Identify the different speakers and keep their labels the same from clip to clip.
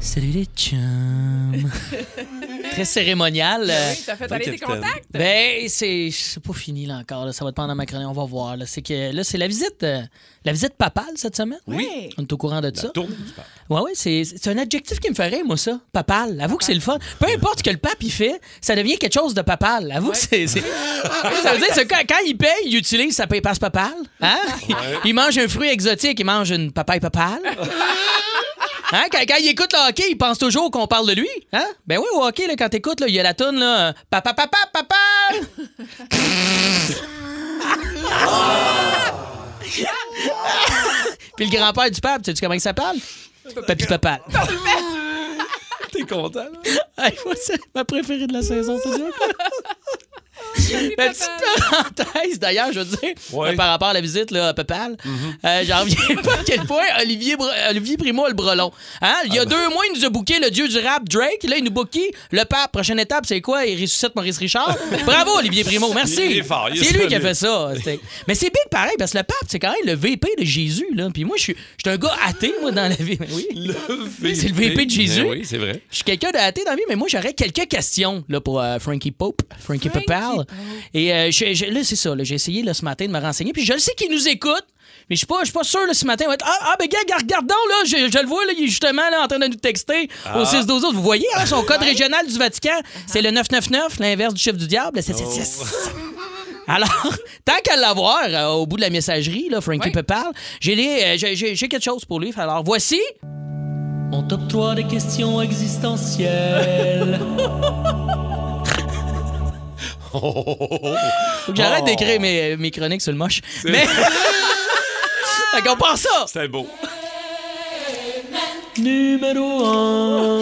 Speaker 1: Salut les chums. Très cérémonial. euh,
Speaker 2: Ben Oui, t'as fait aller tes contacts.
Speaker 1: Ben, c'est c'est pas fini là encore. là. Ça va dépendre de ma chronique. On va voir. là. C'est que là, c'est la visite, euh, la visite papale cette semaine.
Speaker 2: Oui.
Speaker 1: On est au courant de ça.
Speaker 3: Tourne du pape.
Speaker 1: Ouais, ouais, c'est c'est un adjectif qui me ferait, moi, ça. Papal. Avoue que c'est le fun. Peu importe ce que le pape il fait, ça devient quelque chose de papal. Avoue que c'est. c'est- ça veut dire que quand, quand il paye, il utilise sa paye passe papale. Hein? Il mange un fruit exotique, il mange une papaye papale. Hein? Quand, quand il écoute le hockey, il pense toujours qu'on parle de lui. Hein? Ben oui, au hockey, là, quand t'écoutes, là, il y a la toune, là. euh, Papa, papa, papa! Puis le grand-père du pape, tu sais comment il s'appelle? Papy Papal.
Speaker 3: T'es content, là?
Speaker 1: Hey, moi, c'est ma préférée de la saison, c'est dur. La petite parenthèse, d'ailleurs, je veux dire,
Speaker 3: Ouais. Mm-hmm.
Speaker 1: euh, par rapport à la visite là, à Papal, euh, j'en reviens pas à quel point Olivier, Br- Olivier Primo a le brelon. Hein? Il y a
Speaker 3: Ah ben.
Speaker 1: deux mois, il nous a booké le dieu du rap, Drake. Là, il nous book qui? Le pape. Prochaine étape, c'est quoi? Il ressuscite Maurice Richard. Bravo, Olivier Primo. Merci.
Speaker 3: Il est fort, il est
Speaker 1: C'est lui qui a
Speaker 3: solide.
Speaker 1: fait ça. C'était- Mais c'est big pareil, parce que le pape, c'est quand même le VP de Jésus. Là. Puis moi, je suis je suis un gars athée, moi, dans la vie. Mais oui. C'est le VP de Jésus.
Speaker 3: Eh oui, c'est vrai.
Speaker 1: Je suis quelqu'un de hâté dans la vie, mais moi, j'aurais quelques questions là, pour euh, Frankie Pope, Frankie Papal. Et euh, je- je- là, c'est ça. là, J'ai essayé là, ce matin de me renseigner. Puis je le sais qu'il nous écoute, mais je suis pas, je suis pas sûr là, ce matin. il va être, ah, ah, ben, gars, regarde, regarde donc, là, je, je le vois, là, il est justement là, en train de nous texter au 6 12 autres. Vous voyez, hein, son code régional du Vatican, c'est le 999, l'inverse du chiffre du diable, le 776. Alors, tant qu'à l'avoir euh, au bout de la messagerie, là, Frankie
Speaker 2: Oui.
Speaker 1: Papal, j'ai les- euh, j'ai- j'ai j'ai quelque chose pour lui. Alors, voici. Mon top 3 des questions existentielles. Faut que j'arrête d'écrire mes, mes chroniques sur le moche. Mais. fait qu'on part ça!
Speaker 3: C'est beau.
Speaker 1: Numéro 1.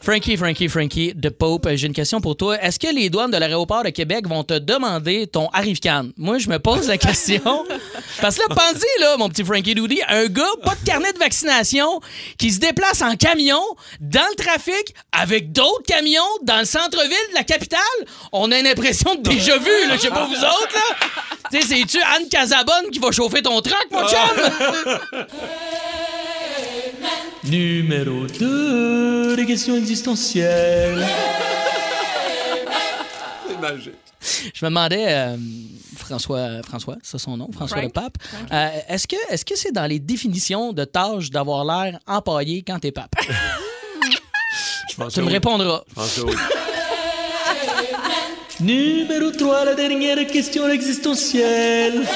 Speaker 1: Frankie, Frankie, Frankie, de Pope, Euh, j'ai une question pour toi. Est-ce que les douanes de l'aéroport de Québec vont te demander ton arrive-can? Moi, je me pose la question. Parce que là, pensez, là, mon petit Frankie Doody, un gars, pas de carnet de vaccination, qui se déplace en camion, dans le trafic, avec d'autres camions, dans le centre-ville de la capitale. On a une impression de déjà vu, là. Je sais pas vous autres, là. Tu sais, c'est-tu Anne Casabonne qui va chauffer ton truck, mon chum? Numéro 2, les questions existentielles.
Speaker 3: C'est magique.
Speaker 1: Je me demandais, euh, François, François, c'est son nom, François
Speaker 2: Frank.
Speaker 1: le Pape, euh, est-ce que est-ce que c'est dans les définitions de tâche d'avoir l'air empaillé quand t'es pape?
Speaker 3: Je pense
Speaker 1: tu me
Speaker 3: oui.
Speaker 1: répondras.
Speaker 3: Je pense que oui.
Speaker 1: Numéro 3, la dernière question existentielle.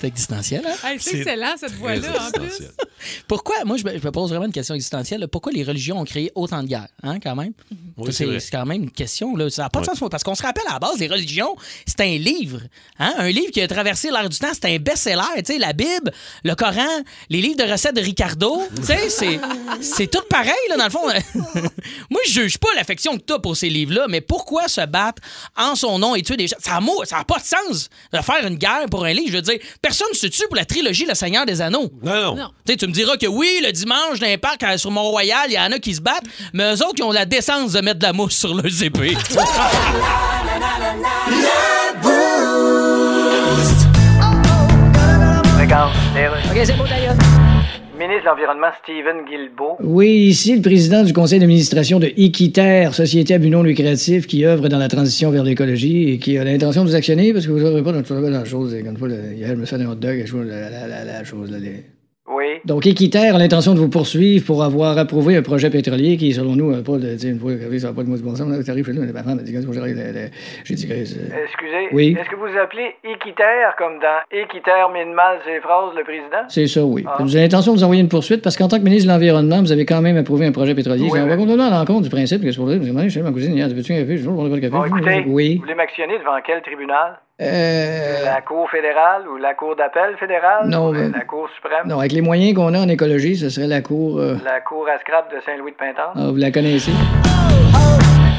Speaker 1: C'est existentiel, hein?
Speaker 2: Hey, c'est
Speaker 3: C'est
Speaker 2: excellent cette voix-là en plus.
Speaker 3: Essentiel.
Speaker 1: Pourquoi, moi, je me, je me pose vraiment une question existentielle. là. Pourquoi les religions ont créé autant de guerres, hein, quand même?
Speaker 3: Oui, c'est
Speaker 1: c'est
Speaker 3: vrai.
Speaker 1: c'est quand même une question. Là. Ça n'a pas de sens. Parce qu'on se rappelle, à la base, les religions, c'est un livre. Hein? Un livre qui a traversé l'ère du temps. C'est un best-seller. Tu sais, la Bible, le Coran, les livres de recettes de Ricardo. Tu sais, c'est- c'est tout pareil, là, dans le fond. Moi, je juge pas l'affection que tu as pour ces livres-là, mais pourquoi se battre en son nom et tuer des gens? Ça n'a pas de sens de faire une guerre pour un livre. Je veux dire, personne se tue pour la trilogie Le Seigneur des Anneaux.
Speaker 3: Non, non.
Speaker 2: Non.
Speaker 1: Tu sais, tu me diras que oui, le dimanche, dans les parcs, euh, sur Mont-Royal, il y en a qui se battent, mais eux autres, ils ont la décence de mettre de la mousse sur leurs épées.
Speaker 4: ministre de l'Environnement, Steven Guilbeault,
Speaker 5: Oui, ici le président du conseil d'administration de Équiterre, société à but non lucratif qui œuvre dans la transition vers l'écologie et qui a l'intention de vous actionner parce que vous n'aurez pas dans dans la chose. Comme une fois, le- hier, je me suis fait un hot dog, je vois la, la, la, la chose. Là, les-
Speaker 4: oui,
Speaker 5: Donc, Équiterre a l'intention de vous poursuivre pour avoir approuvé un projet pétrolier qui, selon nous, n'a pas de. tu sais, Une fois, ça n'a pas de mot de bon sens. Là, t'arrives chez nous, la femme elle dit, Qu'est-ce que j'ai regardé, la- la- J'ai dit, Qu'est-ce que
Speaker 6: Euh,
Speaker 5: c'est?
Speaker 4: excusez,
Speaker 5: Oui.
Speaker 4: est-ce que vous appelez équitaire comme dans équitaire mine mal ses phrases, le président?
Speaker 5: C'est ça, oui.
Speaker 4: Ah.
Speaker 5: Vous avez l'intention de vous envoyer une poursuite parce qu'en tant que ministre de l'Environnement, vous avez quand même approuvé un projet pétrolier.
Speaker 4: Oui,
Speaker 5: on va
Speaker 4: oui.
Speaker 5: complètement à l'encontre du principe que c'est pour dire, je suis allé chez ma cousine hier, tu veux-tu un café? Je dis, Je veux pas de café.
Speaker 4: Bon, écoutez,
Speaker 5: Oui.
Speaker 4: vous voulez m'actionner devant quel tribunal?
Speaker 5: Euh,
Speaker 4: La Cour fédérale ou la Cour d'appel fédérale?
Speaker 5: Non,
Speaker 4: ou
Speaker 5: mais-
Speaker 4: La Cour suprême?
Speaker 5: non, avec les moyens qu'on a en écologie, ce serait la cour. euh,
Speaker 4: La Cour à scrap de Saint-Louis-de-Pintante?
Speaker 5: ah, vous la connaissez?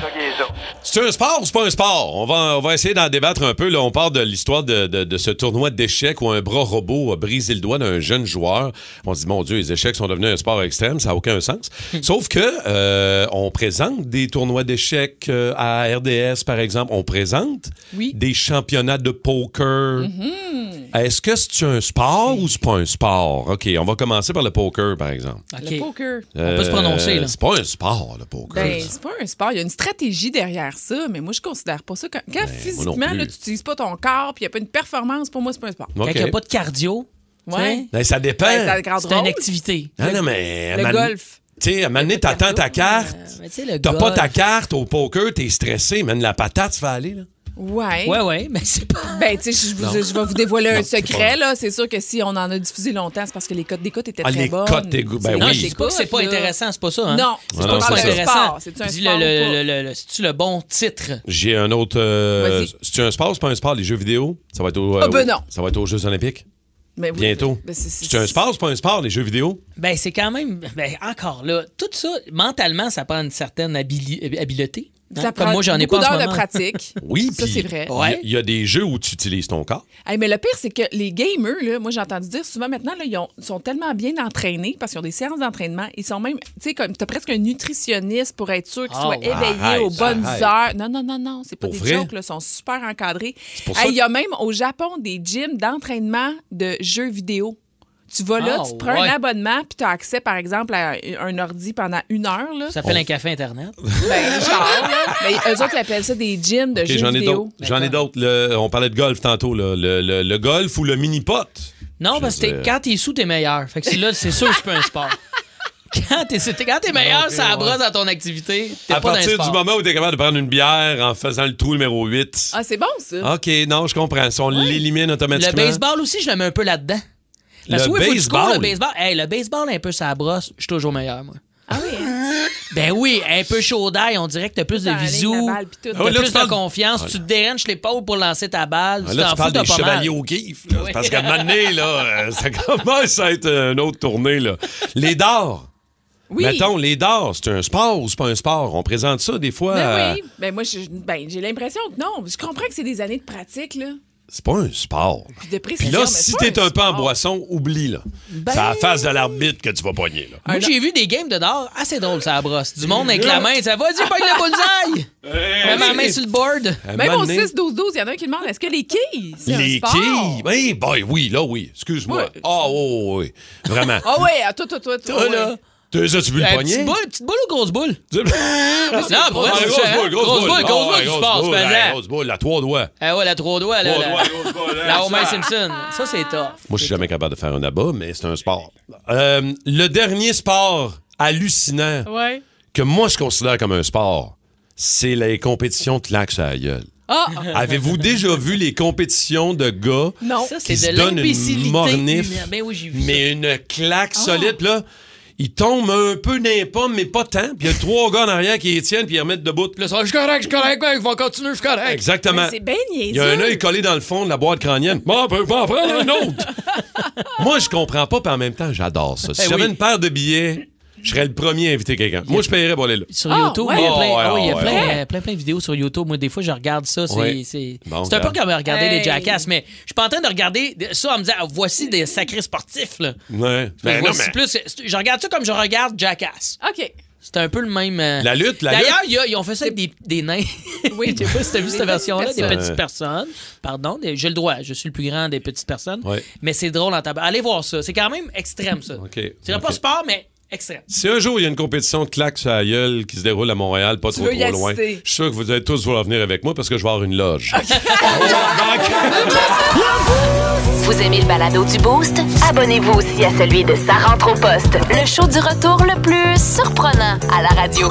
Speaker 4: Ça qui est ça.
Speaker 3: C'est un sport ou c'est pas un sport? On va, on va essayer d'en débattre un peu. Là, on parle de l'histoire de, de- de ce tournoi d'échecs où un bras robot a brisé le doigt d'un jeune joueur. On se dit, mon Dieu, les échecs sont devenus un sport extrême, ça n'a aucun sens. Sauf que euh, on présente des tournois d'échecs euh, à RDS, par exemple. On présente
Speaker 2: Oui.
Speaker 3: des championnats de poker.
Speaker 1: Mm-hmm.
Speaker 3: Est-ce que c'est un sport ou c'est pas un sport? OK, on va commencer par le poker, par exemple. Euh,
Speaker 1: OK.
Speaker 2: Le poker.
Speaker 1: On peut se prononcer, là.
Speaker 3: C'est pas un sport, le poker.
Speaker 2: Ben, c'est pas un sport. Il y a une stratégie derrière ça, mais moi, je considère pas ça. Quand, quand physiquement,
Speaker 3: Ben, plus.
Speaker 2: là, tu n'utilises pas ton corps puis il n'y a pas une performance, pour moi, c'est pas un sport.
Speaker 3: OK.
Speaker 1: Quand il n'y a pas de cardio, tu
Speaker 2: Ouais.
Speaker 1: sais,
Speaker 3: Ben, ça dépend.
Speaker 2: Ben, c'est un grand
Speaker 1: Hein? c'est une
Speaker 2: drôle.
Speaker 1: activité.
Speaker 3: Ah non, mais. à
Speaker 2: Le
Speaker 3: un moment-
Speaker 2: golf.
Speaker 3: Tu sais, à un moment donné, t'attends ta carte. T'as pas ta carte au poker, t'es stressé, man. La patate, ça va aller, là.
Speaker 2: Ouais.
Speaker 1: Ouais, ouais, mais c'est pas.
Speaker 2: Ben, tu sais, je, vous- je vais vous dévoiler
Speaker 3: Non,
Speaker 2: un
Speaker 3: c'est
Speaker 2: secret, là. C'est sûr que si on en a diffusé longtemps, c'est parce que les cotes d'écoute étaient
Speaker 3: Ah,
Speaker 2: très
Speaker 3: les
Speaker 2: bonnes.
Speaker 3: cotes d'écoute, ben oui.
Speaker 2: C'est les
Speaker 1: Non,
Speaker 2: cotes
Speaker 1: je dis pas que c'est pas
Speaker 2: d'écoute, là.
Speaker 1: intéressant, c'est pas ça. Hein?
Speaker 2: Non,
Speaker 1: c'est
Speaker 3: Ah
Speaker 1: pas
Speaker 3: non,
Speaker 1: ça
Speaker 3: c'est un
Speaker 2: sport. C'est-tu un
Speaker 1: Dis
Speaker 2: sport
Speaker 1: le, le-
Speaker 2: ou pas?
Speaker 1: le- le- le- c'est-tu le bon titre?
Speaker 3: J'ai un autre. euh,
Speaker 2: Vas-y.
Speaker 3: C'est-tu un sport ou c'est pas un sport? Les jeux vidéo? Ça va être au. euh,
Speaker 2: Ah, ben
Speaker 3: au-
Speaker 2: non.
Speaker 3: Ça va être aux Jeux Olympiques?
Speaker 2: Mais oui,
Speaker 3: Bientôt.
Speaker 2: ben, c'est- c'est-
Speaker 3: C'est un sport ou c'est pas un sport, les jeux vidéo?
Speaker 1: Ben, c'est quand même. Ben, encore là, tout ça, mentalement, ça prend une certaine habili- habileté. hein?
Speaker 2: Ça
Speaker 1: Comme
Speaker 2: prend
Speaker 1: moi, j'en ai
Speaker 2: beaucoup
Speaker 1: pas en ce
Speaker 2: d'heures de
Speaker 1: moment.
Speaker 2: pratique.
Speaker 3: Oui,
Speaker 2: Ça,
Speaker 3: puis
Speaker 2: c'est vrai.
Speaker 3: il y a- Il y a des jeux où tu utilises ton corps.
Speaker 2: Hey, mais le pire, c'est que les gamers, là, moi, j'ai entendu dire souvent maintenant, là, ils ont- sont tellement bien entraînés parce qu'ils ont des séances d'entraînement. Ils sont même, tu sais, comme, t'as presque un nutritionniste pour être sûr qu'ils
Speaker 1: Ah,
Speaker 2: soient
Speaker 1: ouais.
Speaker 2: éveillés
Speaker 3: Arrête,
Speaker 2: aux bonnes
Speaker 3: arrête.
Speaker 2: heures. Non, non, non, non, c'est pas
Speaker 3: Pour
Speaker 2: des
Speaker 3: vrai?
Speaker 2: jokes, là, ils sont super encadrés.
Speaker 3: pour
Speaker 2: Hey,
Speaker 3: ça
Speaker 2: Il y a même au Japon des gyms d'entraînement de jeux vidéo. Tu vas là,
Speaker 1: Ah,
Speaker 2: tu prends
Speaker 1: ouais.
Speaker 2: un abonnement, puis tu as accès, par exemple, à un ordi pendant une heure. Là.
Speaker 1: Ça s'appelle
Speaker 3: Oh.
Speaker 1: un café Internet.
Speaker 2: Ben, genre, là. Mais eux autres, ils appellent ça des gyms de
Speaker 3: Ok,
Speaker 2: jeux
Speaker 3: J'en ai
Speaker 2: vidéo.
Speaker 3: d'autres. J'en ai d'autres. Le- On parlait de golf tantôt, là. Le, le- le golf ou le mini-pot.
Speaker 1: Non, parce que t'es-
Speaker 3: dirais-
Speaker 1: quand t'es sous, t'es meilleur. Fait que c'est là, c'est sûr que c'est pas un sport. Quand t'es c'est- quand t'es meilleur, ça brosse à ton activité. T'es
Speaker 3: À
Speaker 1: pas dans un
Speaker 3: partir
Speaker 1: sport.
Speaker 3: du moment où tu es capable de prendre une bière en faisant le trou numéro 8.
Speaker 2: Ah, c'est bon, ça.
Speaker 3: OK, non, je comprends. Si on l'élimine
Speaker 1: Le
Speaker 3: automatiquement.
Speaker 1: baseball aussi, je le mets un peu là-dedans. Parce que
Speaker 3: Le
Speaker 1: oui, faut que tu cours,
Speaker 3: baseball?
Speaker 1: le baseball. Hey, le baseball, un peu ça brosse, je suis toujours meilleur, moi.
Speaker 2: Ah oui, hein?
Speaker 1: Ben oui, un peu chaud d'ail, on dirait que t'as plus de
Speaker 2: Dans la ligne,
Speaker 1: visous,
Speaker 2: la balle, puis tout.
Speaker 1: t'as
Speaker 3: Ah oui, là,
Speaker 1: plus
Speaker 3: tu parles-
Speaker 1: de confiance, tu te déranges l'épaule pour lancer ta balle,
Speaker 3: Ah,
Speaker 1: tu
Speaker 3: Là, tu
Speaker 1: t'en fous,
Speaker 3: parles
Speaker 1: t'as
Speaker 3: des
Speaker 1: pas mal.
Speaker 3: chevaliers au gif. là. C'est Parce qu'à un moment donné, là, euh, ça commence à être euh, une autre tournée. Là. Les dards.
Speaker 2: Oui.
Speaker 3: Mettons, les dards, c'est un sport ou c'est pas un sport? On présente ça des fois.
Speaker 2: Ben
Speaker 3: euh,
Speaker 2: oui. Ben moi, je- ben, j'ai l'impression que non. Je comprends que c'est des années de pratique, là.
Speaker 3: C'est pas un sport.
Speaker 2: Puis de précision.
Speaker 3: Puis là,
Speaker 2: Ben mais
Speaker 3: si
Speaker 2: c'est
Speaker 3: t'es un, peu en
Speaker 2: sport.
Speaker 3: boisson, oublie. là.
Speaker 1: Ben-
Speaker 3: C'est à la face de l'arbitre que tu vas pogner. Là.
Speaker 1: Moi, j'ai vu des games de dards assez drôles, ça brosse. Du monde avec la main, ça va, dis pas de la bullseye! Mets ma main sur le board.
Speaker 3: À un
Speaker 2: Même
Speaker 3: moment
Speaker 2: au
Speaker 3: donné,
Speaker 2: 6-12-12, il y en a un qui demande est-ce que les quilles, c'est un
Speaker 3: Les
Speaker 2: sport?
Speaker 3: quilles. Oui, ben oui, là, oui. Excuse-moi.
Speaker 2: Oui.
Speaker 3: Ah, oh, oui. Vraiment.
Speaker 2: Ah oh, ouais, à toi, toi, toi, toi.
Speaker 1: Toi,
Speaker 2: ouais.
Speaker 1: là.
Speaker 3: Tu les as-tu vu le
Speaker 1: Euh, petite
Speaker 3: poignet?
Speaker 1: boule, petite boule ou grosse boule?
Speaker 3: Non,
Speaker 1: Non, pour vrai, c'est
Speaker 3: Ah, grosse
Speaker 1: ça, hein?
Speaker 3: boule, grosse boule.
Speaker 1: grosse boule,
Speaker 3: Ah,
Speaker 1: du
Speaker 3: grosse
Speaker 1: sport,
Speaker 3: boule,
Speaker 1: c'est
Speaker 3: hey,
Speaker 1: pesant.
Speaker 3: Grosse boule, à trois doigts.
Speaker 1: Ah ben, ouais, la trois doigts, là.
Speaker 3: Trois
Speaker 1: la-
Speaker 3: doigts, grosse boule, hein,
Speaker 1: La Homer
Speaker 3: ça.
Speaker 1: Simpson. Ça, c'est tough.
Speaker 3: Moi, je suis jamais capable de faire un abat, mais c'est un sport. Euh, le dernier sport hallucinant
Speaker 2: Ouais.
Speaker 3: que moi, je considère comme un sport, c'est les compétitions de claques à la gueule.
Speaker 2: Ah,
Speaker 3: Avez-vous déjà vu les compétitions de gars
Speaker 2: non.
Speaker 1: Ça, c'est
Speaker 3: qui se
Speaker 1: de
Speaker 3: donnent
Speaker 1: l'imbécilité
Speaker 3: une mornif,
Speaker 1: humaine. Ben oui, j'ai vu Ah.
Speaker 3: mais une claque solide, puis là? Ils tombent un peu n'importe, mais pas tant. Puis il y a trois gars en arrière qui les tiennent, puis ils remettent debout.
Speaker 1: ça. Puis là, ça va, je suis correct, je suis correct, ouais, ils vont continuer, je suis correct.
Speaker 3: Exactement.
Speaker 2: Mais c'est bien
Speaker 3: Il y a un
Speaker 2: niaiseux.
Speaker 3: œil collé dans le fond de la boîte crânienne. Bon, on peut pas en prendre un autre. Moi, je comprends pas, puis en même temps, j'adore ça. Si
Speaker 1: Eh
Speaker 3: j'avais
Speaker 1: oui.
Speaker 3: une paire de billets, je serais le premier à inviter quelqu'un. Moi, je paierais pour aller là.
Speaker 1: Sur
Speaker 2: Ah,
Speaker 1: YouTube,
Speaker 2: ouais.
Speaker 1: il y a plein,
Speaker 3: Oh, ouais,
Speaker 1: ah oui, il y a
Speaker 3: ouais,
Speaker 1: plein,
Speaker 3: ouais.
Speaker 1: euh, plein, plein de vidéos sur YouTube. Moi, des fois, je regarde ça. C'est,
Speaker 3: Ouais.
Speaker 1: c'est,
Speaker 3: Bon,
Speaker 1: c'est un peu
Speaker 3: regarde.
Speaker 1: comme regarder
Speaker 2: Hey.
Speaker 1: les Jackass, mais je suis pas en train de regarder ça en me disant, ah, voici des sacrés sportifs. Là.
Speaker 3: Ouais.
Speaker 1: Mais
Speaker 3: Ben non,
Speaker 1: voici
Speaker 3: mais
Speaker 1: plus, c'est- je regarde ça comme je regarde Jackass.
Speaker 2: OK.
Speaker 1: C'est un peu le même. euh,
Speaker 3: La lutte, la
Speaker 1: D'ailleurs, il y a- ils ont fait ça avec des, des nains.
Speaker 2: Oui.
Speaker 1: Je sais pas si t'as vu
Speaker 2: Des
Speaker 1: cette version-là, des
Speaker 2: petites
Speaker 1: petites personnes. Pardon, des- j'ai le droit, je suis le plus grand des petites personnes.
Speaker 3: Ouais.
Speaker 1: Mais c'est drôle en tabac. Allez voir ça, c'est quand même extrême ça.
Speaker 3: OK,
Speaker 1: Je dirais pas
Speaker 3: OK.
Speaker 1: sport, mais extrême.
Speaker 3: si un jour il y a une compétition de claques à la gueule qui se déroule à Montréal, pas trop,
Speaker 2: veux y
Speaker 3: trop loin, je
Speaker 2: assister.
Speaker 3: suis sûr que vous allez tous vouloir venir avec moi parce que je vais avoir une loge.
Speaker 7: Vous aimez le balado du Boost? Abonnez-vous aussi à celui de Sa rentre au poste, le show du retour le plus surprenant à la radio.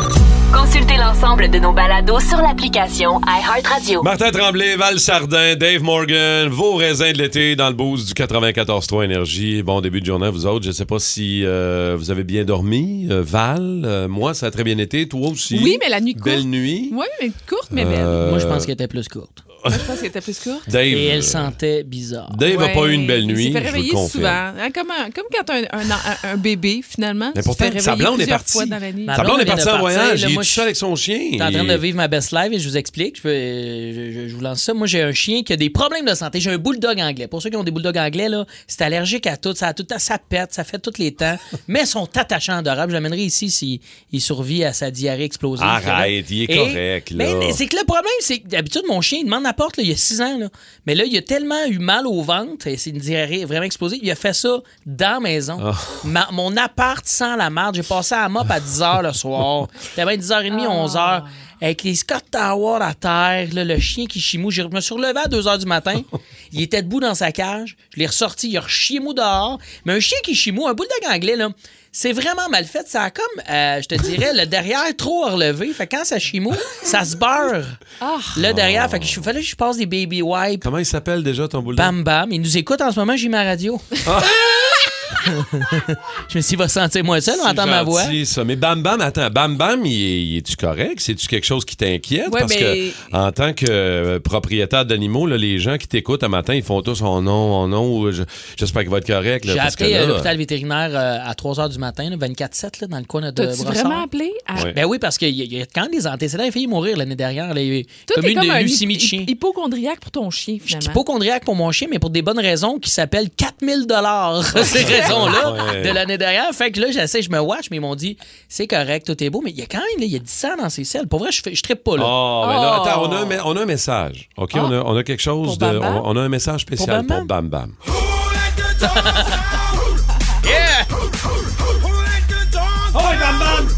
Speaker 7: Consultez l'ensemble de nos balados sur l'application iHeartRadio.
Speaker 3: Martin Tremblay, Val Sardin, Dave Morgan, vos raisins de l'été dans le boost du 94-3 Énergie. Bon début de journée, à vous autres. Je sais pas si euh, vous avez bien dormi. Euh, Val, euh, moi, ça a très bien été. Toi aussi.
Speaker 2: Oui, mais la nuit courte.
Speaker 3: Belle nuit.
Speaker 2: Oui, mais courte, mais belle.
Speaker 3: Euh,
Speaker 1: Moi, je pense qu'elle était plus courte.
Speaker 2: Moi, je pense qu'elle était plus courte.
Speaker 3: Dave.
Speaker 1: Et elle
Speaker 3: euh,
Speaker 1: sentait bizarre.
Speaker 3: Dave n'a Eh, pas eu une belle nuit.
Speaker 2: Il
Speaker 3: je
Speaker 2: s'est fait
Speaker 3: vous le
Speaker 2: réveiller
Speaker 3: confirme.
Speaker 2: souvent. Hein, comme, un- comme quand un, un, un- un bébé, finalement.
Speaker 3: Mais
Speaker 2: se
Speaker 3: pourtant,
Speaker 2: fait
Speaker 3: sa
Speaker 2: réveiller
Speaker 3: blonde est
Speaker 2: plusieurs
Speaker 3: partie.
Speaker 2: fois dans la nuit.
Speaker 1: Ma
Speaker 3: Sa blonde est
Speaker 1: blonde
Speaker 3: partie
Speaker 1: vient de
Speaker 3: en
Speaker 1: partir,
Speaker 3: voyage.
Speaker 1: là,
Speaker 3: Il est
Speaker 1: moi,
Speaker 3: tout
Speaker 1: je-
Speaker 3: seul avec son chien.
Speaker 1: J'étais en train
Speaker 3: Et-
Speaker 1: de vivre ma best life et je vous explique. Je, peux- je- je- je vous lance ça. Moi, j'ai un chien qui a des problèmes de santé. J'ai un bulldog anglais. Pour ceux qui ont des bulldogs anglais, là, c'est allergique à tout. Ça, a tout, ça pète, ça fait tous les temps. Mais ils sont attachants adorables. Je l'amènerai ici s'il il survit à sa diarrhée explosive.
Speaker 3: Arrête, il est
Speaker 1: Et-
Speaker 3: correct, là.
Speaker 1: Mais c'est que le problème, c'est que d'habitude, mon chien, il demande la porte, là, il y a six ans. Là. Mais là, il a tellement eu mal au ventre, et c'est une diarrhée vraiment explosive. Il a fait ça dans la maison.
Speaker 3: Ah.
Speaker 1: Ma- mon appart sans la marde. J'ai passé à la mop à 10 h le soir. C'était bien 10h30, 11h. Avec les Scott Tower à terre, là, le chien qui chimou. Je me suis relevé à 2 h du matin. Il était debout dans sa cage. Je l'ai ressorti. Il a chimou dehors. Mais un chien qui chimou, un bulldog anglais, là, c'est vraiment mal fait. Ça a comme, euh, je te dirais, le derrière trop relevé. Fait que quand ça chimou, ça se beurre.
Speaker 2: Ah.
Speaker 1: Le derrière. Fait que je, fallait que je passe des baby wipes.
Speaker 3: Comment il s'appelle déjà ton bulldog?
Speaker 1: Bam bam. Il nous écoute en ce moment, j'ai ma radio.
Speaker 3: Ah.
Speaker 1: je me suis dit, il va sentir moins seul,
Speaker 3: C'est
Speaker 1: entendre ma voix.
Speaker 3: gentil, ça. Mais Bam Bam, attends, Bam Bam, il est- il est-tu correct? C'est-tu quelque chose qui t'inquiète?
Speaker 2: Ouais,
Speaker 3: Parce
Speaker 2: mais-
Speaker 3: que en tant que euh, propriétaire d'animaux, là, les gens qui t'écoutent un matin, ils font tous oh non, oh non, ou je- j'espère qu'il va être correct. là,
Speaker 1: J'ai
Speaker 3: parce que
Speaker 1: appelé
Speaker 3: là,
Speaker 1: euh, l'hôpital vétérinaire euh, à 3 h du matin, là, 24-7, là, dans le coin de
Speaker 2: T'as-tu
Speaker 1: Brossard.
Speaker 2: vraiment appelé? à-
Speaker 3: Ouais.
Speaker 1: Ben oui, parce qu'il y, a- il y a quand même des antécédents. Il a failli mourir l'année dernière. là. Il y a eu
Speaker 2: Toi,
Speaker 1: comme
Speaker 2: t'es
Speaker 1: une
Speaker 2: comme un
Speaker 1: leucémie de
Speaker 2: hy-
Speaker 1: chien.
Speaker 2: hy- hypochondriaque pour ton chien,
Speaker 1: Je suis
Speaker 2: finalement.
Speaker 1: hypochondriaque pour mon chien, mais pour des bonnes raisons qui s'appellent 4000 dollars. Ces raisons-là
Speaker 3: Ouais.
Speaker 1: de l'année dernière. Fait que là, j'essaie, je me watch, mais ils m'ont dit, c'est correct, tout est beau, mais il y a quand même, là, il y a du sang dans ses selles. Pour vrai, je, fais- je trippe pas, là.
Speaker 3: Oh, ben là,
Speaker 2: Oh.
Speaker 3: attends, on a, un me- on a un message. OK,
Speaker 1: Ah!
Speaker 3: on, a, on a quelque chose
Speaker 2: Pour
Speaker 3: de.
Speaker 2: Bam Bam?
Speaker 3: On, on a un message spécial
Speaker 1: Bam
Speaker 3: pour Bam Bam.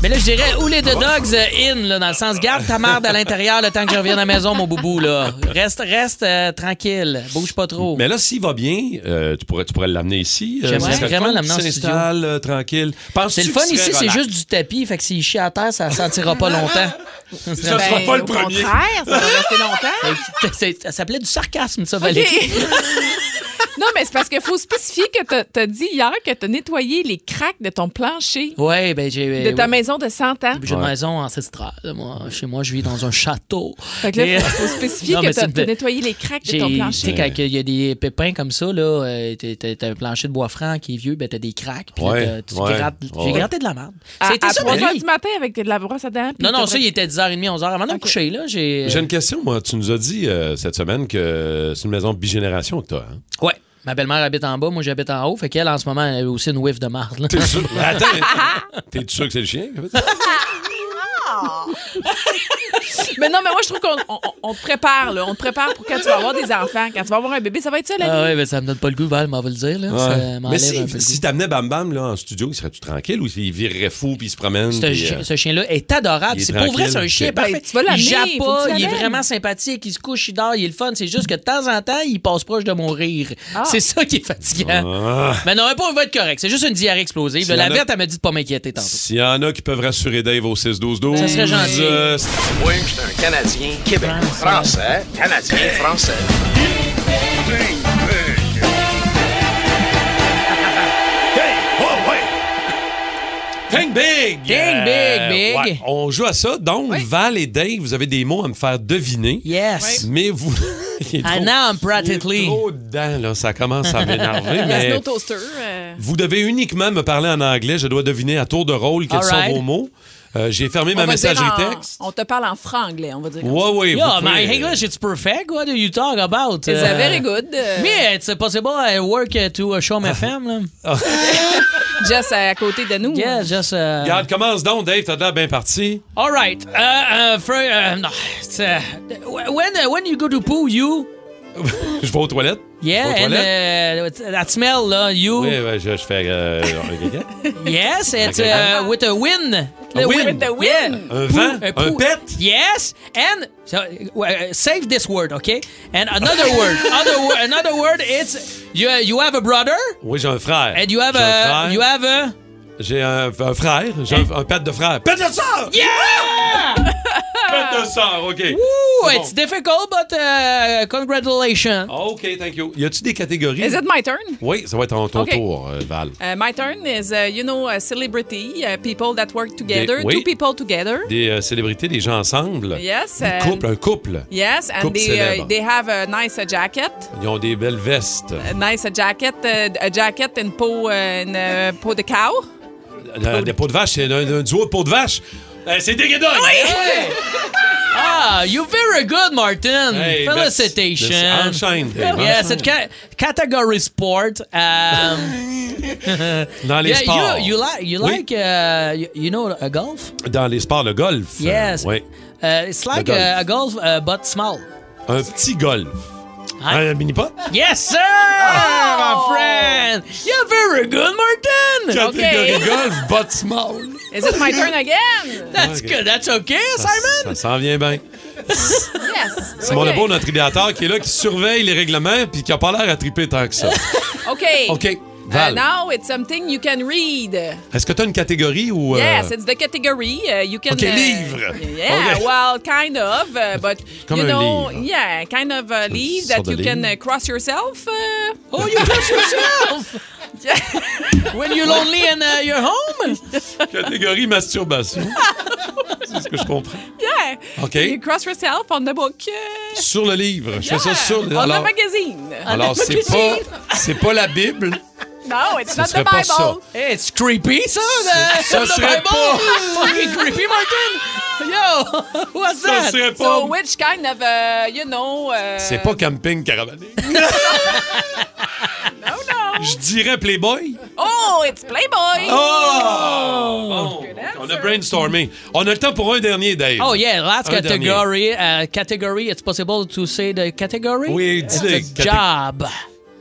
Speaker 1: Mais là, je dirais, ou les deux dogs euh, in, là, dans le sens, garde ta marde à l'intérieur le temps que je revienne à la maison, mon boubou, là. Reste, reste euh, tranquille, bouge pas trop.
Speaker 3: Mais là, s'il va bien, euh, tu pourrais, tu pourrais l'amener ici.
Speaker 1: Oh!
Speaker 3: euh,
Speaker 1: J'aimerais
Speaker 3: ça serait le
Speaker 1: vraiment
Speaker 3: fun
Speaker 1: l'amener en
Speaker 3: qu'il
Speaker 1: studio.
Speaker 3: s'installe, euh, tranquille.
Speaker 1: C'est le fun ici, c'est juste du tapis, fait que s'il chie à terre, ça sentira pas longtemps.
Speaker 3: Ça sera
Speaker 2: Ben,
Speaker 3: pas le
Speaker 2: au
Speaker 3: premier.
Speaker 2: contraire, ça va rester longtemps.
Speaker 1: C'est- c'est- Ça s'appelait du sarcasme, ça,
Speaker 2: OK.
Speaker 1: Valérie.
Speaker 2: non, mais c'est parce qu'il faut spécifier que t'as- t'as dit hier que t'as nettoyé les craques de ton plancher
Speaker 1: Ouais, ben j'ai.
Speaker 2: de ta
Speaker 1: ouais.
Speaker 2: maison de 100 ans.
Speaker 1: J'ai une maison ancestrale. Moi, chez moi, je vis dans un château.
Speaker 2: Fait que là,
Speaker 1: Et-
Speaker 2: il faut spécifier
Speaker 1: Non, mais
Speaker 2: que
Speaker 1: c'est
Speaker 2: t'as
Speaker 1: une-
Speaker 2: t'as nettoyé les craques de
Speaker 1: J'ai-
Speaker 2: ton
Speaker 1: Tu sais,
Speaker 2: plancher.
Speaker 1: quand il y a des pépins comme ça, là, euh, t'as- t'as t'as un plancher de bois franc qui est vieux, ben t'as des craques. Puis là,
Speaker 3: Ouais,
Speaker 1: t'as- tu
Speaker 3: ouais,
Speaker 1: grattes.
Speaker 3: ouais.
Speaker 1: J'ai gratté de la merde.
Speaker 2: À,
Speaker 1: C'était
Speaker 2: à
Speaker 1: ça,
Speaker 2: 3
Speaker 1: ma
Speaker 2: heures
Speaker 1: nuit.
Speaker 2: du matin avec de la brosse à dents. puis
Speaker 1: Non, non,
Speaker 2: t'as-
Speaker 1: ça, il était 10h30, 11h. Avant de me
Speaker 2: Ok.
Speaker 1: coucher, là, j'ai. euh,
Speaker 3: J'ai une question, moi. Tu nous as dit euh, cette semaine que c'est une maison bigénération que t'as. Hein?
Speaker 1: Ouais. Ma belle-mère habite en bas, moi j'habite en haut. Fait qu'elle, en ce moment, elle a aussi une whiff de marde. là.
Speaker 3: T'es sûr? Mais Attends, mais t'es sûr que c'est le chien?
Speaker 2: Mais non, mais moi, je trouve qu'on on, on- on te prépare, là. On te prépare pour quand tu vas avoir des enfants. Quand tu vas avoir un bébé, ça va être ça, la vie.
Speaker 1: Ah ouais, ben ça me donne pas le goût, Val, m'en va le dire. Là. Ça
Speaker 3: Mais
Speaker 1: m'enlève un peu le
Speaker 3: si,
Speaker 1: goût.
Speaker 3: si t'amenais Bam Bam là, en studio, il serait-tu tranquille ou il virerait fou puis il se promène?
Speaker 1: Ce,
Speaker 3: puis,
Speaker 1: chi-
Speaker 3: euh,
Speaker 1: ce chien-là est adorable.
Speaker 3: il est
Speaker 1: C'est pour vrai, c'est un
Speaker 3: tranquille.
Speaker 1: chien
Speaker 3: Ok.
Speaker 1: parfait.
Speaker 2: Ben, tu vas l'amener,
Speaker 1: il jappe
Speaker 2: faut que
Speaker 1: pas,
Speaker 2: tu
Speaker 1: il est
Speaker 2: l'amènes.
Speaker 1: vraiment sympathique, il se couche, il dort, il est le fun. C'est juste que de temps en temps, il passe proche de mourir.
Speaker 2: Ah.
Speaker 1: C'est ça qui est fatigant.
Speaker 3: ah,
Speaker 1: Mais non, pas, on va être correct. C'est juste une diarrhée explosive.
Speaker 3: S'il y
Speaker 1: la
Speaker 3: en a-
Speaker 1: verte, elle me dit de pas m'inquiéter tantôt.
Speaker 3: S'il y en a qui peuvent rassurer Dave au 6-12-12.
Speaker 1: Ça serait gentil.
Speaker 3: euh,
Speaker 8: Moi, je suis un Canadien, Québécois, Français, Canadien, Français.
Speaker 3: Think big! Euh,
Speaker 1: Think big, big.
Speaker 3: ouais, on joue à ça. Donc, Val et Dave, vous avez des mots à me faire deviner.
Speaker 1: Yes.
Speaker 3: Mais vous. Il est
Speaker 1: Ah
Speaker 3: trop-
Speaker 1: non, I'm
Speaker 3: il est
Speaker 1: practically.
Speaker 3: trop dedans, là. Ça commence à m'énerver.
Speaker 2: La
Speaker 3: mais
Speaker 2: snow toaster. euh,
Speaker 3: vous devez uniquement me parler en anglais. Je dois deviner à tour de rôle quels
Speaker 1: Alright.
Speaker 3: sont vos mots. Euh, J'ai fermé
Speaker 2: on
Speaker 3: ma
Speaker 2: va dire
Speaker 3: messagerie
Speaker 2: en-
Speaker 3: texte.
Speaker 2: On te parle en franglais, on va dire.
Speaker 3: Ouais, ouais.
Speaker 1: Yo,
Speaker 3: vous
Speaker 1: my
Speaker 3: pouvez-
Speaker 1: English, it's perfect. What do you talk about?
Speaker 2: C'est
Speaker 1: Euh,
Speaker 2: very good. euh,
Speaker 1: Me, it's possible I work uh, to uh, show my femme. Là.
Speaker 2: Jess à côté de nous.
Speaker 1: Yeah, just... uh,
Speaker 3: Regarde, commence donc, Dave. T'as de l'air bien parti.
Speaker 1: All right. Uh, uh, for, uh, no, it's, uh, when, uh, when you go to poo, you...
Speaker 3: Je vais aux toilettes.
Speaker 1: Yeah,
Speaker 3: Aux
Speaker 1: and
Speaker 3: toilettes?
Speaker 1: uh, it's- that smell, là, you.
Speaker 3: Oui, oui, je, je fais. euh, un-
Speaker 1: Yes, it's
Speaker 3: Okay.
Speaker 1: uh, with a win. The
Speaker 3: win.
Speaker 2: With the win.
Speaker 3: un vent,
Speaker 1: Poo,
Speaker 3: un
Speaker 1: poo.
Speaker 3: pet.
Speaker 1: uh, Yes, and so, uh, save this word, okay? And another word, other wo- another word. It's you. uh, You have a brother,
Speaker 3: Oui, j'ai un frère.
Speaker 1: and you have
Speaker 3: J'ai un frère.
Speaker 1: a you have a
Speaker 3: J'ai un, un frère, j'ai un, un pet de frère. Pet de sœur!
Speaker 1: yeah.
Speaker 3: Canada sort, OK.
Speaker 1: Ouh,
Speaker 3: C'est
Speaker 1: it's difficult, but uh, congratulations.
Speaker 3: OK, thank you. Y a-tu des catégories?
Speaker 2: Is it my turn?
Speaker 3: Oui, ça va être en ton
Speaker 2: OK.
Speaker 3: tour, euh, Val.
Speaker 2: Uh, my turn is, uh, you know, a celebrity, uh, people that work together,
Speaker 3: Des- oui.
Speaker 2: two people together.
Speaker 3: Des euh, célébrités, des gens ensemble.
Speaker 2: Yes.
Speaker 3: Un
Speaker 2: and-
Speaker 3: couple, un couple.
Speaker 2: Yes, and
Speaker 3: Couple
Speaker 2: they, uh,
Speaker 3: célèbre.
Speaker 2: they have a nice uh, jacket.
Speaker 3: Ils ont des belles vestes.
Speaker 1: Euh,
Speaker 2: A nice uh, jacket, uh, a jacket and peau, uh, and, uh, peau de cow.
Speaker 3: La- des pots de vache, c'est un, un duo de pots de vache. Euh, c'est des guédolles.
Speaker 1: Ah, you very good, Martin.
Speaker 3: Hey, merci. Merci.
Speaker 1: Felicitations.
Speaker 3: Enchaîne, Dave,
Speaker 1: Yes,
Speaker 3: enchaîne.
Speaker 1: it's ca- category sport. Um,
Speaker 3: Dans les
Speaker 1: yeah,
Speaker 3: sports.
Speaker 1: you, you like, you
Speaker 3: Oui.
Speaker 1: like, uh, you, you know, a golf?
Speaker 3: Dans les sports, le golf.
Speaker 1: Yes.
Speaker 3: Euh, oui.
Speaker 1: Uh, it's like
Speaker 3: golf.
Speaker 1: uh, a golf, uh, but small.
Speaker 3: Un petit golf.
Speaker 1: Hein?
Speaker 3: Un mini-pot?
Speaker 1: Yes, sir, my friend. You're very good, Martin.
Speaker 3: Catégorie golf, but small.
Speaker 2: Is it my turn again?
Speaker 1: That's good. That's okay, Simon.
Speaker 3: Ça s'en vient bien.
Speaker 2: Yes.
Speaker 3: C'est mon beau, notre idéateur, qui est là, qui surveille les règlements puis qui a pas l'air à triper tant que ça.
Speaker 2: Okay.
Speaker 1: Euh,
Speaker 3: OK,
Speaker 2: Uh,
Speaker 3: Val,
Speaker 2: now it's something you can read.
Speaker 3: est-ce que tu as une catégorie ou... euh,
Speaker 2: Yes, it's the category. Uh, you can.
Speaker 3: Okay,
Speaker 2: uh,
Speaker 3: livre.
Speaker 2: Yeah,
Speaker 3: Okay.
Speaker 2: well, kind of, uh, but
Speaker 3: Comme
Speaker 2: you
Speaker 3: un
Speaker 2: know,
Speaker 3: livre.
Speaker 2: yeah, kind of a leave
Speaker 3: sorte
Speaker 2: that
Speaker 3: de
Speaker 2: you can
Speaker 3: livre.
Speaker 2: uh, cross yourself. Uh,
Speaker 1: Oh, you touch yourself when you're lonely in uh, your home.
Speaker 3: Catégorie masturbation. C'est ce que je comprends.
Speaker 2: yeah.
Speaker 3: OK.
Speaker 2: You cross yourself on the book. uh,
Speaker 3: Sur le livre. Je fais ça
Speaker 2: yeah,
Speaker 3: sur le...
Speaker 2: on
Speaker 3: Alors,
Speaker 2: the magazine.
Speaker 3: alors c'est pas, c'est pas la Bible.
Speaker 2: no, it's
Speaker 3: Ça
Speaker 2: not the
Speaker 3: serait pas ça.
Speaker 2: Bible.
Speaker 1: Hey, it's creepy, ça. the-
Speaker 3: ça
Speaker 1: the
Speaker 3: serait
Speaker 1: Bible. Fucking creepy, Martin. Yo, what's
Speaker 3: Ça
Speaker 1: that?
Speaker 3: serait pas...
Speaker 2: So, which kind of, uh, you know. Uh,
Speaker 3: C'est pas camping caravaning.
Speaker 2: No, oh, no.
Speaker 3: Je dirais Playboy.
Speaker 2: Oh, it's Playboy.
Speaker 3: Oh! On a
Speaker 2: answer.
Speaker 3: brainstormé. On a le temps pour un dernier, Dave.
Speaker 1: Oh yeah, last
Speaker 3: Un
Speaker 1: category. Uh, category. It's possible to say the category.
Speaker 3: Oui,
Speaker 1: it's
Speaker 3: dis-le,
Speaker 1: a
Speaker 3: catég-
Speaker 1: job.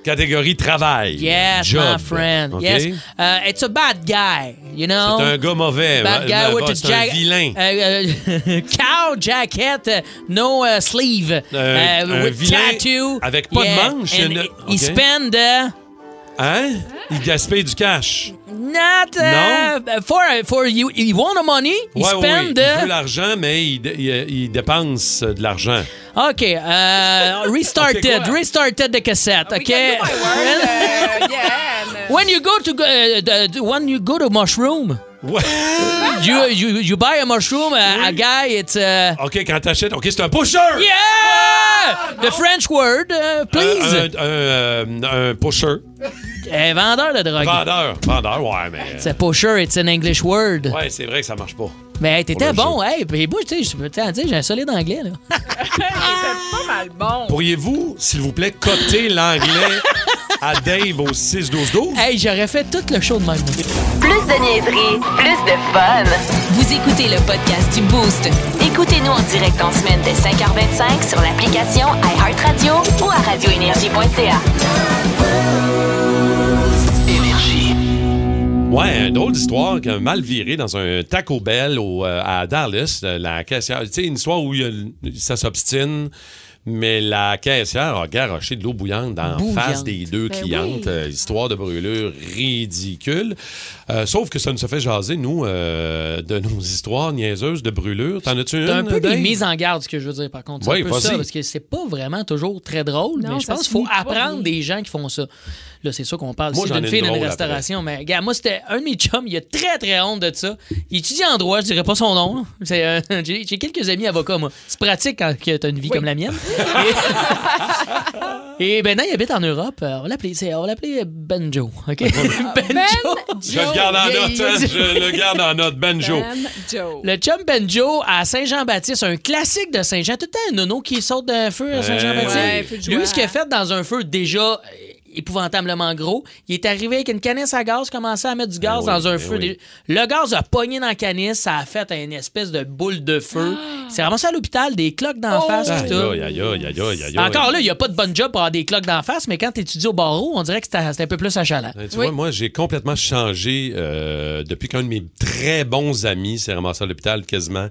Speaker 3: Catégorie travail.
Speaker 1: Yes, my
Speaker 3: Job.
Speaker 1: friend.
Speaker 3: OK?
Speaker 1: Yes, uh, it's a bad guy. You know,
Speaker 3: C'est un gars mauvais.
Speaker 1: bad guy
Speaker 3: Ma-
Speaker 1: with
Speaker 3: ma-
Speaker 1: a
Speaker 3: C'est un
Speaker 1: jacket.
Speaker 3: vilain.
Speaker 1: cow jacket, uh, no uh, sleeve, uh,
Speaker 3: un
Speaker 1: with
Speaker 3: vilain
Speaker 1: tattoo,
Speaker 3: avec pas de
Speaker 1: Yeah,
Speaker 3: manche,
Speaker 1: and
Speaker 3: une-
Speaker 1: He
Speaker 3: OK.
Speaker 1: spend uh,
Speaker 3: Hein? Il gaspille du cash.
Speaker 1: not uh,
Speaker 3: Non.
Speaker 1: for for you. He want the money. He
Speaker 3: Ouais, ouais,
Speaker 1: spend.
Speaker 3: ouais. Il
Speaker 1: uh,
Speaker 3: veut l'argent, mais il, dé- il- il dépense de l'argent.
Speaker 1: OK. Uh, restarted.
Speaker 3: Ok, quoi? Ah,
Speaker 1: restarted the cassette.
Speaker 2: We
Speaker 1: OK.
Speaker 2: can do my word. uh, yeah. And, uh,
Speaker 1: when you go to uh, the, the- when you go to mushroom,
Speaker 3: Ouais.
Speaker 1: you you you buy a mushroom. Uh, A guy, it's uh,
Speaker 3: OK, quand t'achètes... OK, c'est un pusher!
Speaker 1: yeah. The French word, uh, please.
Speaker 3: Un, un- un- euh, un pusher. euh,
Speaker 1: Eh, vendeur de drogue.
Speaker 3: Vendeur. Vendeur, ouais, mais...
Speaker 1: C'est pusher, it's an English word.
Speaker 3: Ouais, c'est vrai que ça marche pas.
Speaker 1: Mais hey, t'étais
Speaker 3: Pour le
Speaker 1: bon, hey. Puis moi, tu sais, je peux te dire, j'ai un solide anglais, là.
Speaker 2: pas mal bon.
Speaker 3: Pourriez-vous, s'il vous plaît, coter l'anglais à Dave au 6-12-12?
Speaker 1: Hey, j'aurais fait tout le show de même.
Speaker 7: Plus de niaiserie, plus de fun. Vous écoutez le podcast du Boost. Écoutez-nous en direct en semaine dès 5h25 sur l'application iHeartRadio ou à radioénergie.ca.
Speaker 3: Ouais, une drôle d'histoire qui a mal viré dans un Taco Bell au, euh, à Dallas. euh, La caissière, tu sais, une histoire où il y a le- ça s'obstine, mais la caissière a garoché de l'eau bouillante dans
Speaker 1: Bouillante.
Speaker 3: face des deux clientes. euh, Histoire de brûlure ridicule. Euh, sauf que ça nous a fait jaser, nous, euh, de nos histoires niaiseuses de brûlure. T'en as-tu une?
Speaker 1: T'as un peu des
Speaker 3: Dave?
Speaker 1: mises en garde, ce que je veux dire, par contre. C'est
Speaker 3: Oui,
Speaker 1: un peu
Speaker 3: vas-y.
Speaker 1: ça, parce que c'est pas vraiment toujours très drôle,
Speaker 2: Non,
Speaker 1: mais je
Speaker 2: ça
Speaker 1: pense qu'il
Speaker 2: finit
Speaker 1: faut
Speaker 2: pas
Speaker 1: apprendre
Speaker 2: bien.
Speaker 1: des gens qui font ça. Là, c'est sûr qu'on parle
Speaker 3: Moi,
Speaker 1: ici
Speaker 3: j'en ai
Speaker 1: d'une
Speaker 3: une
Speaker 1: fille d'une
Speaker 3: drôle
Speaker 1: restauration, mais regarde, moi, c'était un de mes chums, il a très, très honte de ça. Il étudie en droit, je dirais pas son nom. là. C'est, euh, J'ai j'ai quelques amis avocats, moi. C'est pratique quand que t'as une vie comme la mienne. Et, et maintenant, il habite en Europe. Euh, On va l'appeler c'est- on va l'appeler Benjo, OK?
Speaker 2: Ben
Speaker 1: Ben Benjo.
Speaker 3: Je le garde en
Speaker 1: Joe,
Speaker 3: note,
Speaker 1: il-
Speaker 3: hein,
Speaker 1: il-
Speaker 3: je le garde en note, Benjo.
Speaker 2: Ben Joe.
Speaker 1: Le chum Benjo à Saint-Jean-Baptiste, un classique de Saint-Jean. Tout le temps un nono qui saute d'un feu à Saint-Jean-Baptiste.
Speaker 2: Ouais, feu de joie.
Speaker 1: Lui, ce qu'il a fait dans un feu déjà euh, épouvantablement gros, il est arrivé avec une canisse à gaz, commençait à mettre du gaz
Speaker 3: Ben oui,
Speaker 1: dans un
Speaker 3: ben
Speaker 1: feu.
Speaker 3: oui.
Speaker 1: Le gaz a pogné dans la canisse, ça a fait une espèce de boule de feu.
Speaker 2: Ah!
Speaker 1: C'est ramassé à l'hôpital, des cloques
Speaker 2: Oh!
Speaker 1: d'en face,
Speaker 3: Aïe,
Speaker 1: tout.
Speaker 3: aïe, aïe, aïe, aïe, aïe, aïe.
Speaker 1: Encore là, il n'y a pas de bon job pour avoir des cloques d'en face, mais quand tu étudies au barreau, on dirait que c'était c'était un peu plus achalant.
Speaker 3: Euh, Tu
Speaker 2: Oui.
Speaker 3: vois, moi, j'ai complètement changé euh, depuis qu'un de mes très bons amis s'est ramassé à l'hôpital quasiment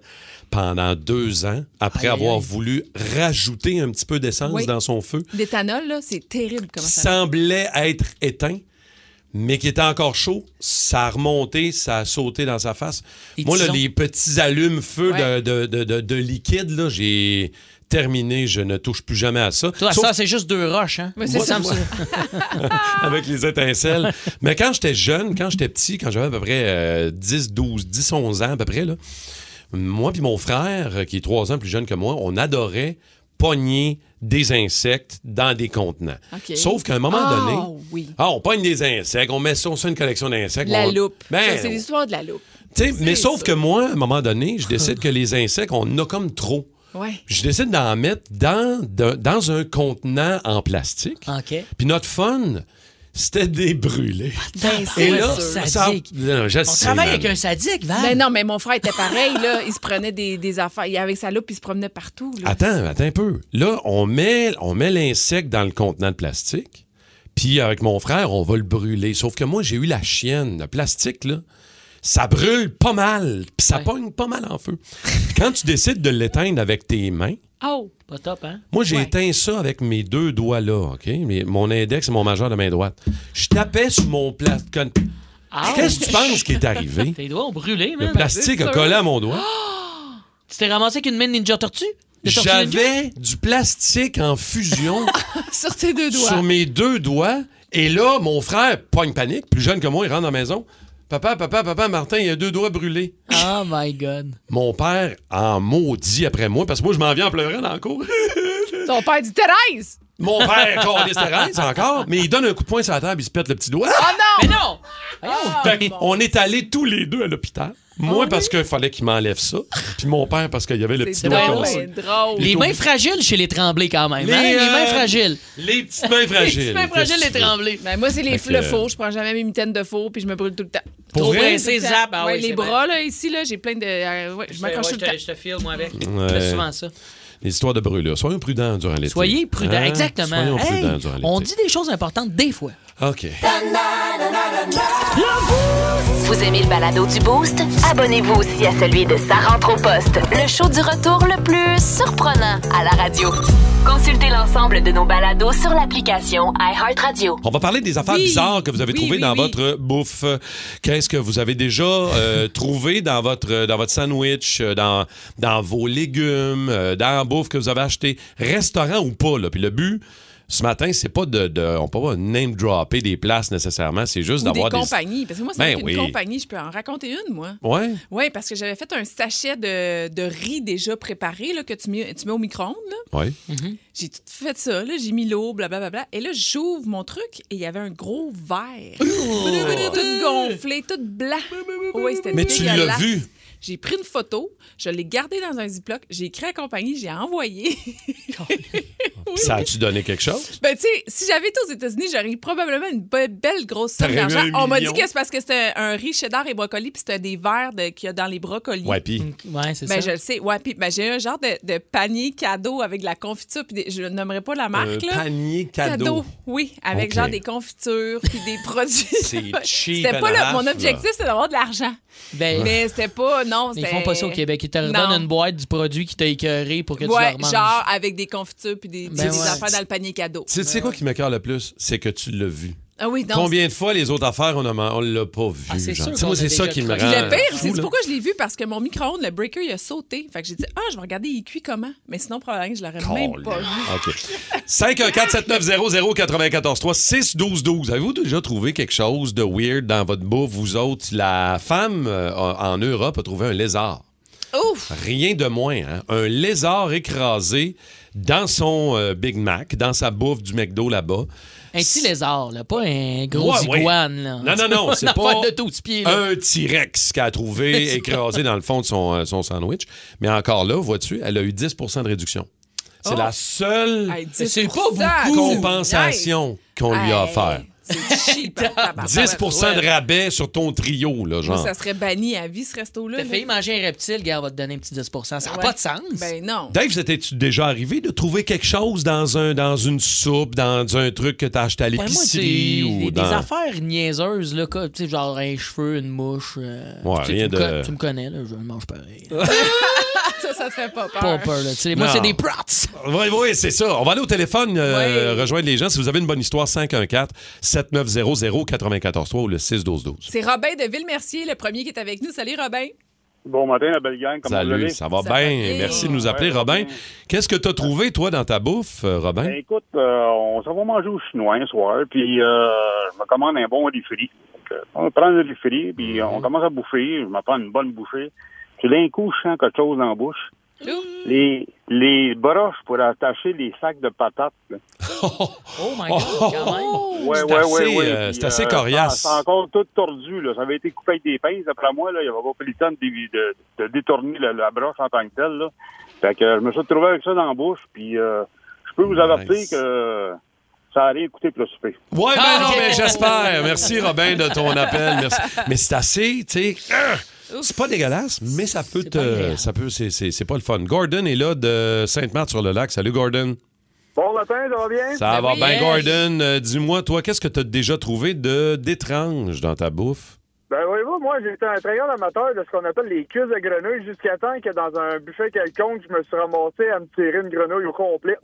Speaker 3: pendant deux ans, après
Speaker 1: Aïe, aïe,
Speaker 3: avoir
Speaker 1: aïe.
Speaker 3: voulu rajouter un petit peu d'essence
Speaker 2: Oui.
Speaker 3: dans son feu,
Speaker 2: L'éthanol, là, c'est terrible
Speaker 3: qui
Speaker 2: comment ça.
Speaker 3: semblait être éteint. mais qui était encore chaud, ça a remonté, ça a sauté dans sa face.
Speaker 1: Les
Speaker 3: Moi, là,
Speaker 1: tisons.
Speaker 3: les petits allumes-feu
Speaker 2: Ouais.
Speaker 3: de, de- de- de- de liquide, là, j'ai terminé, je ne touche plus jamais à ça.
Speaker 1: Toi,
Speaker 3: Sauf
Speaker 1: ça, c'est juste deux roches, hein?
Speaker 2: Mais c'est ça.
Speaker 1: me semble
Speaker 3: avec les étincelles. Mais quand j'étais jeune, quand j'étais petit, quand j'avais à peu près euh, 10, 12, 10, 11 ans à peu près, là, moi puis mon frère, euh, qui est 3 ans plus jeune que moi, on adorait pogner des insectes dans des contenants.
Speaker 2: OK.
Speaker 3: Sauf qu'à un moment
Speaker 2: Ah,
Speaker 3: donné,
Speaker 2: oui.
Speaker 3: ah, on pogne des insectes, on met ça, on se fait une collection d'insectes.
Speaker 2: La
Speaker 3: on-
Speaker 2: loupe.
Speaker 3: Ben,
Speaker 2: Ça, c'est l'histoire de la loupe.
Speaker 3: tu sais, mais
Speaker 2: C'est
Speaker 3: sauf
Speaker 2: ça.
Speaker 3: que moi, à un moment donné, je décide que les insectes, on en a comme trop.
Speaker 2: Ouais.
Speaker 3: Je décide d'en mettre dans, d'un- dans un contenant en plastique.
Speaker 1: OK.
Speaker 3: Puis notre fun, c'était des brûlés.
Speaker 2: Ben, Et
Speaker 1: là,
Speaker 2: là,
Speaker 1: Ah, ça-
Speaker 3: Ça,
Speaker 1: Sadique.
Speaker 3: Non, je
Speaker 1: On
Speaker 3: sais,
Speaker 1: travaille
Speaker 3: man.
Speaker 1: avec un sadique, Val.
Speaker 2: Mais Ben non, mais mon frère était pareil, là. Il se prenait des, des affaires. Il, avec sa loupe, il se promenait partout. là.
Speaker 3: Attends, attends un peu. Là, on met, on met l'insecte dans le contenant de plastique. Puis avec mon frère, on va le brûler. Sauf que moi, j'ai eu la chienne. Le plastique, là, ça brûle pas mal. Puis ça
Speaker 1: Ouais.
Speaker 3: pogne pas mal en feu. Puis quand tu décides de l'éteindre avec tes mains,
Speaker 2: Oh!
Speaker 1: Pas top, hein?
Speaker 3: Moi, j'ai
Speaker 2: Ouais.
Speaker 3: éteint ça avec mes deux doigts là, OK? Mais mon index et mon majeur de main droite. Je tapais sur mon plastique.
Speaker 1: Ah,
Speaker 3: Qu'est-ce que tu penses qui est arrivé?
Speaker 1: Tes doigts ont brûlé,
Speaker 3: Le
Speaker 1: man.
Speaker 3: plastique a collé à mon doigt.
Speaker 1: Tu t'es ramassé avec une mine Ninja Tortue? De Tortue Ninja?
Speaker 3: J'avais du plastique en fusion
Speaker 2: Sur tes deux doigts.
Speaker 3: sur mes deux doigts. Et là, mon frère, pas une panique, plus jeune que moi, il rentre dans la maison. Papa, papa, papa, Martin, il a deux doigts brûlés.
Speaker 1: Oh my God.
Speaker 3: Mon père en maudit après moi, parce que moi, je m'en viens en pleurant dans la cour.
Speaker 2: Ton père dit Thérèse!
Speaker 3: Mon père, Carlis Thérèse, encore, mais il donne un coup de poing sur la table, il se pète le petit doigt.
Speaker 2: Oh
Speaker 1: Mais
Speaker 2: non!
Speaker 1: non!
Speaker 2: Ah,
Speaker 3: Fait que
Speaker 2: bon. Ah
Speaker 3: on est allés tous les deux à l'hôpital. Moi, parce qu'il fallait qu'il m'enlève ça. Puis mon père, parce qu'il y avait le petit
Speaker 2: C'est
Speaker 3: doigt
Speaker 1: drôle,
Speaker 2: drôle,
Speaker 3: cassé.
Speaker 2: c'est drôle.
Speaker 1: Les mains fragiles chez les tremblés, quand même.
Speaker 3: Les,
Speaker 1: hein? Les
Speaker 3: euh,
Speaker 1: mains fragiles.
Speaker 3: Les petites mains fragiles.
Speaker 1: Les petites mains fragiles, les tremblés.
Speaker 2: Ben, moi, c'est les
Speaker 3: Fait
Speaker 2: le
Speaker 3: que- euh,
Speaker 2: four. Je prends jamais mes mitaines de four puis je me brûle tout le temps.
Speaker 3: Pour
Speaker 1: Trop
Speaker 3: vrai?
Speaker 1: pressé, zap. Ah
Speaker 2: Ouais,
Speaker 1: oui,
Speaker 2: les
Speaker 1: c'est
Speaker 2: bras, là, ici, là, j'ai plein de. euh, ouais, je
Speaker 1: vrai.
Speaker 2: m'accroche
Speaker 1: Ouais,
Speaker 2: tout le temps.
Speaker 1: te file, moi, avec.
Speaker 3: Ouais.
Speaker 1: Je fais souvent ça.
Speaker 3: Les histoires de brûlures. Soyons prudents durant l'été.
Speaker 1: Soyez prudents,
Speaker 3: Hein?
Speaker 1: exactement.
Speaker 3: Soyons
Speaker 1: Hey,
Speaker 3: prudents durant l'été.
Speaker 1: on dit des choses importantes des fois.
Speaker 3: OK.
Speaker 7: Vous aimez le balado du Boost? Abonnez-vous aussi à celui de Sa rentre au poste, le show du retour le plus surprenant à la radio. Consultez l'ensemble de nos balados sur l'application iHeartRadio.
Speaker 3: On va parler des affaires
Speaker 2: Oui.
Speaker 3: bizarres que vous avez
Speaker 2: Oui,
Speaker 3: trouvées
Speaker 2: oui,
Speaker 3: dans
Speaker 2: oui.
Speaker 3: votre bouffe. Qu'est-ce que vous avez déjà euh, trouvé dans votre, dans votre sandwich, euh, dans, dans vos légumes, euh, dans la bouffe que vous avez achetée, restaurant ou pas? Là. Puis le but, ce matin, c'est pas de, de- On peut pas name-dropper des places nécessairement, c'est juste
Speaker 2: Ou des
Speaker 3: d'avoir des...
Speaker 2: compagnies. Parce que moi, c'est
Speaker 3: Ben
Speaker 2: une
Speaker 3: oui.
Speaker 2: compagnie. Je peux en raconter une, moi.
Speaker 3: Ouais.
Speaker 2: Oui, parce que j'avais fait un sachet de, de riz déjà préparé là, que tu mets, tu mets au micro-ondes. là.
Speaker 3: Ouais.
Speaker 2: J'ai tout fait ça, là, j'ai mis l'eau, blablabla. Et là, j'ouvre mon truc et il y avait un gros verre. tout gonflé, tout blanc. Oui, c'était
Speaker 3: Oh! Mais tu l'as
Speaker 2: dégueulasse.
Speaker 3: vu.
Speaker 2: J'ai pris une photo, je l'ai gardée dans un ziploc, j'ai écrit à la compagnie, j'ai envoyé.
Speaker 3: Oh, Ça a-tu donné quelque chose?
Speaker 2: ben, tu sais, si j'avais été aux États-Unis, j'aurais eu probablement une be- belle grosse somme
Speaker 3: T'aurais eu
Speaker 2: d'argent.
Speaker 3: un
Speaker 2: On m'a dit
Speaker 3: million.
Speaker 2: que c'est parce que c'était un riz cheddar et brocoli, puis c'était des verres de- qu'il y a dans les brocolis.
Speaker 3: Ouais, puis...
Speaker 1: Ouais, c'est
Speaker 2: Ben, je
Speaker 1: ça.
Speaker 2: le sais. Ouais, puis ben, j'ai eu un genre de, de panier cadeau avec de la confiture. Puis des- je nommerai pas la marque.
Speaker 3: Un
Speaker 2: là.
Speaker 3: euh, panier cadeau.
Speaker 2: Oui, avec
Speaker 3: Ok.
Speaker 2: genre des confitures puis des produits.
Speaker 3: C'est cheap
Speaker 2: C'était pas
Speaker 3: and
Speaker 2: le-
Speaker 3: half,
Speaker 2: mon
Speaker 3: là.
Speaker 2: objectif, c'était d'avoir de l'argent.
Speaker 1: Ben,
Speaker 2: Mais c'était pas. Non,
Speaker 1: ils
Speaker 2: c'était.
Speaker 1: font pas ça au Québec. Ils te redonnent
Speaker 2: Non.
Speaker 1: une boîte du produit qui t'a écœuré pour que tu la
Speaker 2: Ouais,
Speaker 1: remanges.
Speaker 2: genre avec des confitures puis des,
Speaker 1: Ben
Speaker 2: des
Speaker 1: ouais.
Speaker 2: affaires dans le panier cadeau.
Speaker 1: Ben
Speaker 3: Tu sais- tu sais quoi qui m'écoeure le plus? C'est que tu l'as vu.
Speaker 2: Ah oui, non.
Speaker 3: Combien de fois les autres affaires, on ne l'a pas vu?
Speaker 1: Ah, c'est
Speaker 3: genre.
Speaker 1: sûr
Speaker 3: Tu sais, moi,
Speaker 1: qu'on a
Speaker 3: c'est ça
Speaker 1: déjà
Speaker 3: qui me
Speaker 1: croqué.
Speaker 2: Puis
Speaker 3: rend.
Speaker 2: le pire, c'est
Speaker 3: fou, là.
Speaker 2: pourquoi je l'ai vu parce que mon micro-ondes, le breaker, il a sauté. Fait que j'ai dit, ah, je vais regarder, il cuit comment. Mais sinon, probablement, que je l'aurais même pas vu.
Speaker 3: OK. 514-790-0943-612-12. Avez-vous déjà trouvé quelque chose de weird dans votre bouffe, vous autres? La femme euh, en Europe a trouvé un lézard.
Speaker 2: Ouf!
Speaker 3: Rien de moins. hein. Un lézard écrasé dans son euh, Big Mac, dans sa bouffe du McDo là-bas.
Speaker 1: Un petit lézard, là, pas un gros
Speaker 3: Ouais, ouais.
Speaker 1: iguane. Là.
Speaker 3: Non, non, non,
Speaker 1: Une
Speaker 3: c'est
Speaker 1: affaire
Speaker 3: pas
Speaker 1: de 12 pieds. là.
Speaker 3: un T-Rex qu'elle a trouvé écrasé dans le fond de son, euh, son sandwich. Mais encore là, vois-tu, elle a eu 10 de réduction. C'est
Speaker 2: Oh.
Speaker 3: la seule
Speaker 2: Hey,
Speaker 1: Mais c'est
Speaker 2: 10%,
Speaker 1: pas beaucoup.
Speaker 2: c'est
Speaker 3: compensation qu'on lui a
Speaker 2: Hey, Ah,
Speaker 3: offert.
Speaker 2: C'est cheap. hein,
Speaker 3: 10 de rabais sur ton trio, là,
Speaker 2: Moi,
Speaker 3: genre.
Speaker 2: ça serait banni à vie, ce resto-là.
Speaker 1: T'as
Speaker 2: là.
Speaker 1: failli manger un reptile, gars, on va te donner un petit 10 Ça n'a
Speaker 2: Ouais.
Speaker 1: pas de sens.
Speaker 2: Ben non.
Speaker 3: Dave, c'était-tu déjà arrivé de trouver quelque chose dans, un, dans une soupe, dans un truc que t'as acheté à
Speaker 1: Ouais, moi, c'est
Speaker 3: l'épicerie
Speaker 1: des-
Speaker 3: ou
Speaker 1: des,
Speaker 3: dans...
Speaker 1: affaires niaiseuses, là, quoi, tu sais, genre un cheveu, une mouche. euh,
Speaker 3: Ouais,
Speaker 1: tu sais,
Speaker 3: rien
Speaker 1: tu me
Speaker 3: de-
Speaker 1: con- Tu me connais, là, je le mange pareil.
Speaker 2: Ça, ça fait pas peur.
Speaker 1: Pas peur, là. Tu sais, moi,
Speaker 3: Non.
Speaker 1: c'est des prots.
Speaker 3: Oui, oui, c'est ça. On va aller au téléphone euh,
Speaker 2: Oui.
Speaker 3: rejoindre les gens. Si vous avez une bonne histoire, 514-7900-943 ou le 612-12.
Speaker 2: C'est Robin de Villemercier, le premier qui est avec nous. Salut, Robin.
Speaker 6: Bon matin, la belle gang. Comment vous
Speaker 3: Salut,
Speaker 6: allez?
Speaker 3: ça va
Speaker 2: Ça va
Speaker 3: bien.
Speaker 2: bien.
Speaker 3: Merci de nous appeler,
Speaker 6: Ouais,
Speaker 3: Robin.
Speaker 6: Robin.
Speaker 3: Qu'est-ce que tu as trouvé, toi, dans ta bouffe, euh, Robin?
Speaker 6: Ben, écoute, euh, on s'en va manger au chinois un soir, puis euh, je me commande un bon riz frit. Donc, euh, on prend le riz frit, puis on commence à bouffer. Je me prends une bonne bouchée. Puis d'un coup, je sens quelque chose dans la bouche. Les, les broches pour attacher les sacs de patates. là.
Speaker 1: Oh my God, quand même.
Speaker 6: Ouais,
Speaker 3: C'est
Speaker 6: ouais,
Speaker 3: assez,
Speaker 6: ouais, ouais.
Speaker 3: euh,
Speaker 6: Puis,
Speaker 3: c'est assez coriace.
Speaker 6: C'est encore tout tordu. Là. Ça avait été coupé avec des pinces. Après moi, là, il avait pas pris le temps de, dé- de- de détourner la, la broche en tant que telle. Là. Fait que euh, je me suis retrouvé avec ça dans la bouche. Puis euh, je peux vous avertir
Speaker 3: Nice.
Speaker 6: que ça a rien coûté pour le souper.
Speaker 3: Ouais, ben
Speaker 1: Ah,
Speaker 3: non,
Speaker 1: ok.
Speaker 3: mais j'espère. Merci, Robin, de ton appel. Merci. Mais c'est assez, tu sais. euh, C'est pas dégueulasse, mais ça peut
Speaker 1: C'est
Speaker 3: te.
Speaker 1: pas agréable.
Speaker 3: Ça peut, c'est- c'est c'est pas le fun. Gordon est là de Sainte-Marthe-sur-le-Lac. Salut, Gordon.
Speaker 6: Bon matin, ça va bien?
Speaker 3: Ça va
Speaker 2: oui,
Speaker 3: bien,
Speaker 2: hey.
Speaker 3: Gordon. Euh, Dis-moi, toi, qu'est-ce que tu as déjà trouvé de d'étrange dans ta bouffe?
Speaker 6: Ben voyez-vous, moi j'étais un très grand amateur de ce qu'on appelle les cuisses de grenouilles jusqu'à temps que dans un buffet quelconque, je me suis ramassé à me tirer une grenouille au complet.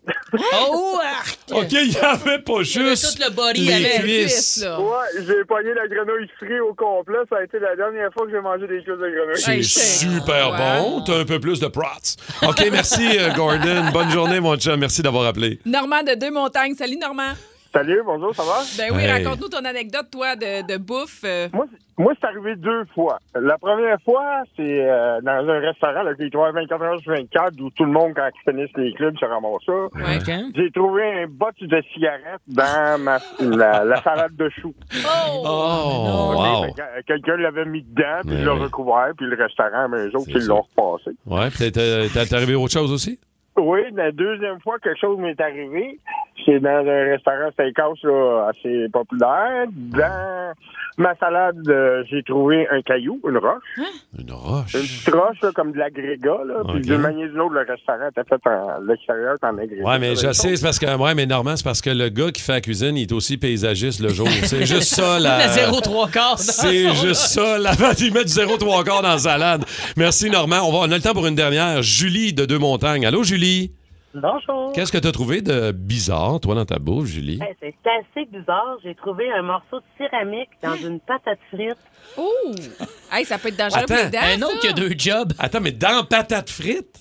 Speaker 1: Oh, arc!
Speaker 3: OK, il n'y avait pas
Speaker 1: Il y avait
Speaker 3: juste.
Speaker 1: tout le body
Speaker 3: les
Speaker 1: avec.
Speaker 2: Ben,
Speaker 3: cuisses.
Speaker 2: cuisse, là.
Speaker 6: ouais, j'ai pogné la grenouille frite au complet. Ça a été la dernière fois que j'ai mangé des cuisses de grenouille.
Speaker 3: C'est
Speaker 2: Hey, c'est-
Speaker 3: super
Speaker 2: Ah.
Speaker 3: bon. T'as un peu plus de prots. OK, merci, euh, Gordon. Bonne journée, mon chum. Merci d'avoir appelé.
Speaker 2: Normand de Deux-Montagnes. Salut, Normand.
Speaker 6: Salut, bonjour, ça va?
Speaker 2: Ben oui,
Speaker 3: Hey.
Speaker 2: raconte-nous ton anecdote, toi, de, de bouffe. euh.
Speaker 6: Moi, c- moi c'est arrivé deux fois. La première fois, c'est euh, dans un restaurant, là, qui doit 24 heures sur 24, où tout le monde, quand ils finissent les clubs, se ramasse ça.
Speaker 2: Ouais.
Speaker 1: Quand?
Speaker 6: J'ai trouvé un bot de cigarette dans ma, la, la salade de choux.
Speaker 3: Oh, wow.
Speaker 6: Fait que, euh, Quelqu'un l'avait mis dedans, puis
Speaker 3: Mais
Speaker 6: il l'a
Speaker 3: oui.
Speaker 6: recouvert, puis le restaurant, mais eux autres,
Speaker 3: C'est
Speaker 6: ils l'ont repassé.
Speaker 3: Ouais, peut-être euh, t'as- t'es arrivé autre chose aussi?
Speaker 6: Oui, la deuxième fois, quelque chose m'est arrivé. C'est dans un restaurant steakhouse là, assez populaire. Dans ma salade, euh, j'ai trouvé un caillou, une roche.
Speaker 3: Une
Speaker 6: Une
Speaker 3: roche.
Speaker 6: petite roche, là, comme de l'agrégat. là. Puis
Speaker 3: Ah. Ok.
Speaker 6: d'une manière ou d'une autre, le restaurant était fait en l'extérieur, en agrégat.
Speaker 3: Ouais, mais
Speaker 6: Ça,
Speaker 3: je sais, c'est parce que. Ouais, mais Normand, c'est parce que le gars qui fait la cuisine, il est aussi paysagiste le jour. C'est juste ça, la.
Speaker 1: La 0,3 quarts.
Speaker 3: C'est juste ça, la il met du 0 3 quarts dans la salade. Merci Normand. On, va, on a le temps pour une dernière. Julie de Deux Montagnes. Allô Julie.
Speaker 6: Bonjour.
Speaker 3: Qu'est-ce que t'as trouvé de bizarre toi dans ta bouffe, Julie
Speaker 9: Hey, c'est assez bizarre. J'ai trouvé un morceau de céramique dans une patate frite.
Speaker 2: Oh! Hey, ça peut être dangereux pour
Speaker 3: Attends,
Speaker 2: les dents,
Speaker 1: Un autre
Speaker 2: ça.
Speaker 1: qui a deux jobs.
Speaker 3: Attends, mais dans patate frite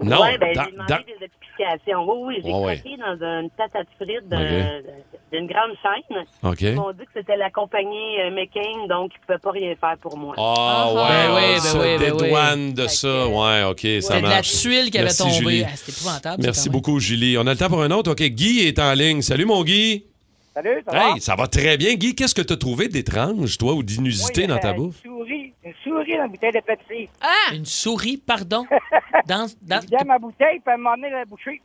Speaker 3: Non.
Speaker 9: ouais, ben,
Speaker 3: dans-
Speaker 9: j'ai demandé
Speaker 3: dans-
Speaker 9: des explications. Oui, oui, j'ai
Speaker 3: Ouais,
Speaker 9: croqué dans une patate frite d'un-
Speaker 3: Ok.
Speaker 9: d'une grande chaîne.
Speaker 3: Ok.
Speaker 9: Ils m'ont dit que c'était la compagnie euh, McCain, donc ils ne pouvaient pas rien faire pour moi.
Speaker 3: Ah ouais,
Speaker 1: Ben oui,
Speaker 3: on
Speaker 1: ben
Speaker 3: se
Speaker 1: oui, ben oui.
Speaker 3: dédouane de ça. Ouais, ok, ça
Speaker 1: C'est de la
Speaker 3: marche.
Speaker 1: tuile qui avait
Speaker 3: Merci, Julie.
Speaker 1: tombé. Ah, C'était épouvantable. ça,
Speaker 3: Merci
Speaker 1: quand même.
Speaker 3: beaucoup, Julie. On a le temps pour un autre. OK, Guy est en ligne. Salut, mon Guy.
Speaker 6: Salut, ça
Speaker 3: Hey, ça va très bien. Guy, qu'est-ce que t'as trouvé d'étrange, toi, ou d'inusité dans ta bouffe?
Speaker 6: souris, une souris dans la bouteille de Pepsi.
Speaker 2: Ah!
Speaker 1: Une souris, pardon. Dans, dans-
Speaker 6: ma bouteille, puis elle m'a emmené la bouchée.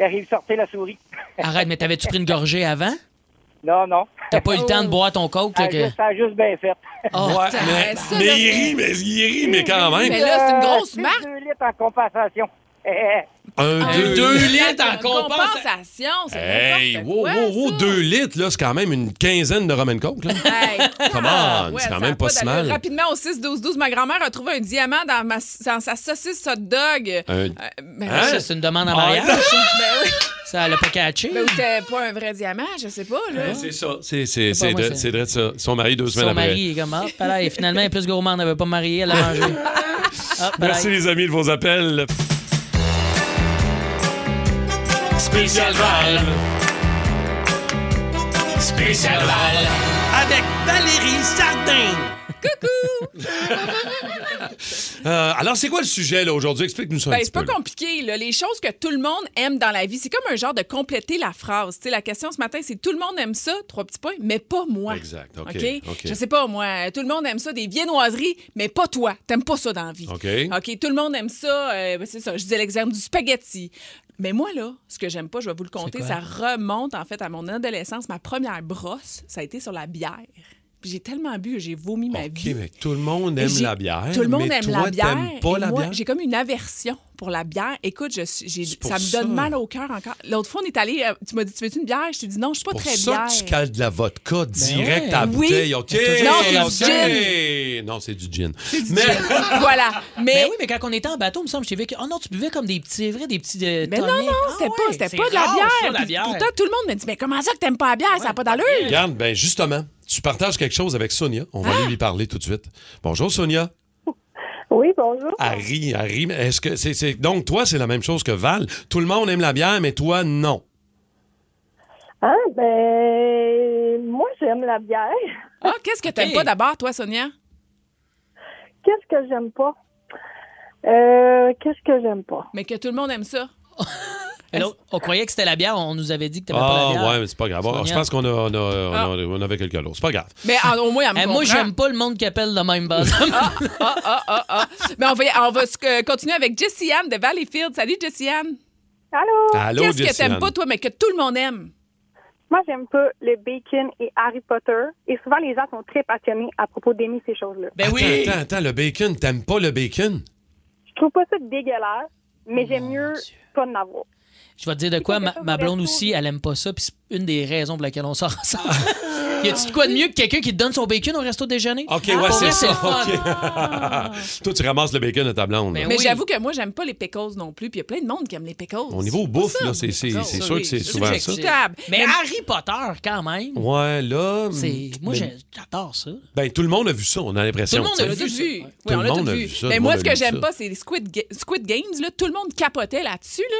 Speaker 6: Il arrive sortir la souris.
Speaker 1: Arrête, mais t'avais-tu pris une gorgée avant?
Speaker 6: Non, non. Ah,
Speaker 1: T'as pas eu le temps de boire ton coke? là, que...
Speaker 6: Ça a juste bien fait.
Speaker 1: Oh,
Speaker 3: Ouais,
Speaker 1: ta-
Speaker 3: mais,
Speaker 2: ça,
Speaker 3: mais
Speaker 2: là,
Speaker 3: il
Speaker 2: c'est-
Speaker 3: rit, mais il rit, mais quand même.
Speaker 2: Mais là, c'est une grosse marque.
Speaker 6: litres en compensation.
Speaker 3: Un,
Speaker 2: Un,
Speaker 3: deux,
Speaker 1: deux
Speaker 3: litres.
Speaker 1: litres en compensa-
Speaker 2: compensation. c'est
Speaker 3: Hey,
Speaker 2: n'importe
Speaker 3: wow,
Speaker 2: quoi,
Speaker 3: wow, wow,
Speaker 2: ça.
Speaker 3: deux litres, là, c'est quand même une quinzaine de Roman Coke, là.
Speaker 2: Hey, Ah,
Speaker 3: Come on,
Speaker 2: ouais,
Speaker 3: c'est
Speaker 2: ça
Speaker 3: quand
Speaker 2: a
Speaker 3: même pas si
Speaker 2: d'allure.
Speaker 3: mal.
Speaker 2: Rapidement, au 6-12-12, ma grand-mère a trouvé un diamant dans, ma- dans sa saucisse hot dog.
Speaker 3: Un-
Speaker 2: Euh, ben,
Speaker 3: Hein?
Speaker 1: Ça, c'est une demande en
Speaker 3: Ah,
Speaker 1: mariage. ça. Ça, elle a pas catché.
Speaker 2: ben, ou c'était pas un vrai diamant, je sais pas. Là.
Speaker 3: C'est ça. C'est c'est-
Speaker 1: C'est pas
Speaker 3: c'est
Speaker 1: moi,
Speaker 3: vrai
Speaker 1: ça.
Speaker 3: c'est vrai de ça. Son mari, deux semaines
Speaker 1: Son
Speaker 3: Ben après.
Speaker 1: mari est comme hop, là, et finalement, plus gourmand, n'avait pas marié, elle a mangé. Hop,
Speaker 3: Merci,
Speaker 1: là.
Speaker 3: les amis, de vos appels. Spécial Val. Spécial Val. Avec Valérie Sardin. Coucou. Euh, alors, c'est quoi le sujet là, aujourd'hui? Explique-nous ça un
Speaker 2: Ben,
Speaker 3: petit
Speaker 2: c'est pas
Speaker 3: peu. là.
Speaker 2: compliqué. Là. Les choses que tout le monde aime dans la vie, c'est comme un genre de compléter la phrase. Tu sais, la question ce matin, c'est tout le monde aime ça, trois petits points, mais pas moi.
Speaker 3: Exact. OK,
Speaker 2: OK?
Speaker 3: OK.
Speaker 2: Je sais pas, moi, tout le monde aime ça, des viennoiseries, mais pas toi. T'aimes pas ça dans la vie.
Speaker 3: OK.
Speaker 2: OK, tout le monde aime ça. euh, ben, c'est ça, je disais l'exemple du spaghetti. Mais moi, là, ce que j'aime pas, je vais vous le compter,
Speaker 1: quoi?
Speaker 2: ça remonte en fait à mon adolescence. Ma première brosse, ça a été sur la bière. Puis j'ai tellement bu, j'ai vomi ma vie.
Speaker 3: OK, mais tout le monde aime
Speaker 2: j'ai-
Speaker 3: la bière.
Speaker 2: Tout le monde
Speaker 3: mais
Speaker 2: aime
Speaker 3: toi,
Speaker 2: la bière.
Speaker 3: t'aimes pas
Speaker 2: et
Speaker 3: la
Speaker 2: moi,
Speaker 3: bière?
Speaker 2: j'ai comme une aversion pour la bière. Écoute, je, suis- j'ai,
Speaker 3: pour
Speaker 2: ça me
Speaker 3: ça.
Speaker 2: donne mal au cœur encore. L'autre fois, on est allé, euh, tu m'as dit, tu veux-tu une bière? Je t'ai dit, non, je suis pas
Speaker 3: Pour
Speaker 2: très
Speaker 3: ça
Speaker 2: bière. Ben
Speaker 3: que tu cales de la vodka direct
Speaker 2: ouais.
Speaker 3: à la
Speaker 2: Oui.
Speaker 3: bouteille, OK?
Speaker 2: Non, c'est du
Speaker 3: OK. Non, c'est du gin. Mais
Speaker 2: voilà. Mais...
Speaker 1: Ben oui, mais quand on était en bateau, il me semble, je t'ai vu que. Oh non, tu buvais comme des petits. C'est vrai, des petits. euh,
Speaker 2: Mais non,
Speaker 1: tonics.
Speaker 2: non,
Speaker 1: Ah
Speaker 2: c'était
Speaker 1: ouais,
Speaker 2: pas, c'était
Speaker 1: c'est
Speaker 2: pas de la
Speaker 1: rare,
Speaker 2: bière.
Speaker 1: ça, la
Speaker 2: Puis
Speaker 1: bière.
Speaker 2: Pourtant, tout le monde me dit, mais comment ça que t'aimes pas la bière? ça n'a pas d'allure.
Speaker 3: regarde, ben justement, tu partages quelque chose avec Sonia. On va aller
Speaker 2: Ah!
Speaker 3: lui parler tout de suite. Bonjour, Sonia.
Speaker 10: Oui, bonjour.
Speaker 3: Elle rit, elle rit. mais Est-ce que c'est, c'est- Donc, toi, c'est la même chose que Val. Tout le monde aime la bière, mais toi, non.
Speaker 10: Ah, ben, moi, j'aime la bière.
Speaker 2: Ah, qu'est-ce que t'aimes pas d'abord, toi, Sonia?
Speaker 10: Qu'est-ce que j'aime pas? Euh, qu'est-ce que j'aime pas?
Speaker 2: Mais que tout le monde aime ça.
Speaker 1: Mais là, on croyait que c'était la bière, on nous avait dit que t'aimais pas la
Speaker 3: Ah,
Speaker 1: bière.
Speaker 3: ouais, mais c'est pas grave.
Speaker 1: Sonia. Ah!
Speaker 3: Je pense qu'on a, on a- on a- on avait quelqu'un d'autre. C'est pas grave.
Speaker 2: Mais en- au moins, elle me
Speaker 1: Eh, moi,
Speaker 2: comprend.
Speaker 1: j'aime pas le monde qui appelle de même base.
Speaker 2: Ah, ah, ah, ah. Mais on va, on va se- euh, continuer avec Jessie Anne de Valleyfield. Salut, Jessie Anne.
Speaker 10: Allô?
Speaker 3: Allô,
Speaker 2: Qu'est-ce que
Speaker 3: Jessie
Speaker 2: t'aimes
Speaker 3: Anne.
Speaker 2: pas, toi, mais que tout le monde aime?
Speaker 10: Moi, j'aime pas le bacon et Harry Potter. Et souvent, les gens sont très passionnés à propos d'aimer ces choses-là.
Speaker 1: Ben
Speaker 3: Attends, attends, attends, le bacon, t'aimes pas le bacon?
Speaker 10: Je trouve pas ça dégueulasse, mais j'aime mieux pas de l'avoir.
Speaker 1: Je vais te dire de quoi, ma, ma blonde aussi, elle aime pas ça, puis c'est une des raisons pour laquelle on sort ensemble. y a-tu de quoi de mieux que quelqu'un qui te donne son bacon au resto déjeuner?
Speaker 3: OK,
Speaker 1: Pour
Speaker 3: ouais,
Speaker 1: vrai,
Speaker 3: Ah, c'est ça.
Speaker 1: le fun.
Speaker 3: OK. toi, tu ramasses le bacon de ta blonde. là.
Speaker 1: Ben
Speaker 2: mais j'avoue que moi, j'aime pas les pickles non plus. Puis il y a plein de monde qui aime les pickles.
Speaker 3: Au niveau bouffe, là, c'est c'est- c'est sûr que c'est souvent ça.
Speaker 1: Mais Harry Potter, quand même.
Speaker 3: Ouais, là.
Speaker 1: C'est- Moi,
Speaker 3: mais-
Speaker 1: j'ai- j'adore ça.
Speaker 3: Ben, tout le monde a vu ça, on a l'impression.
Speaker 1: Tout le monde
Speaker 3: tu sais.
Speaker 1: l'a
Speaker 2: Tout
Speaker 1: vu,
Speaker 2: vu. Oui,
Speaker 3: Tout
Speaker 2: on
Speaker 3: le
Speaker 2: l'a
Speaker 3: monde
Speaker 2: tout
Speaker 3: a
Speaker 2: vu.
Speaker 3: vu ça,
Speaker 2: Mais
Speaker 3: tout le
Speaker 2: moi,
Speaker 3: monde
Speaker 2: ce
Speaker 3: a
Speaker 2: que
Speaker 3: vu
Speaker 2: j'aime
Speaker 3: ça.
Speaker 2: pas, c'est les Squid, Ga- Squid Games. Là. Tout le monde capotait là-dessus. Là.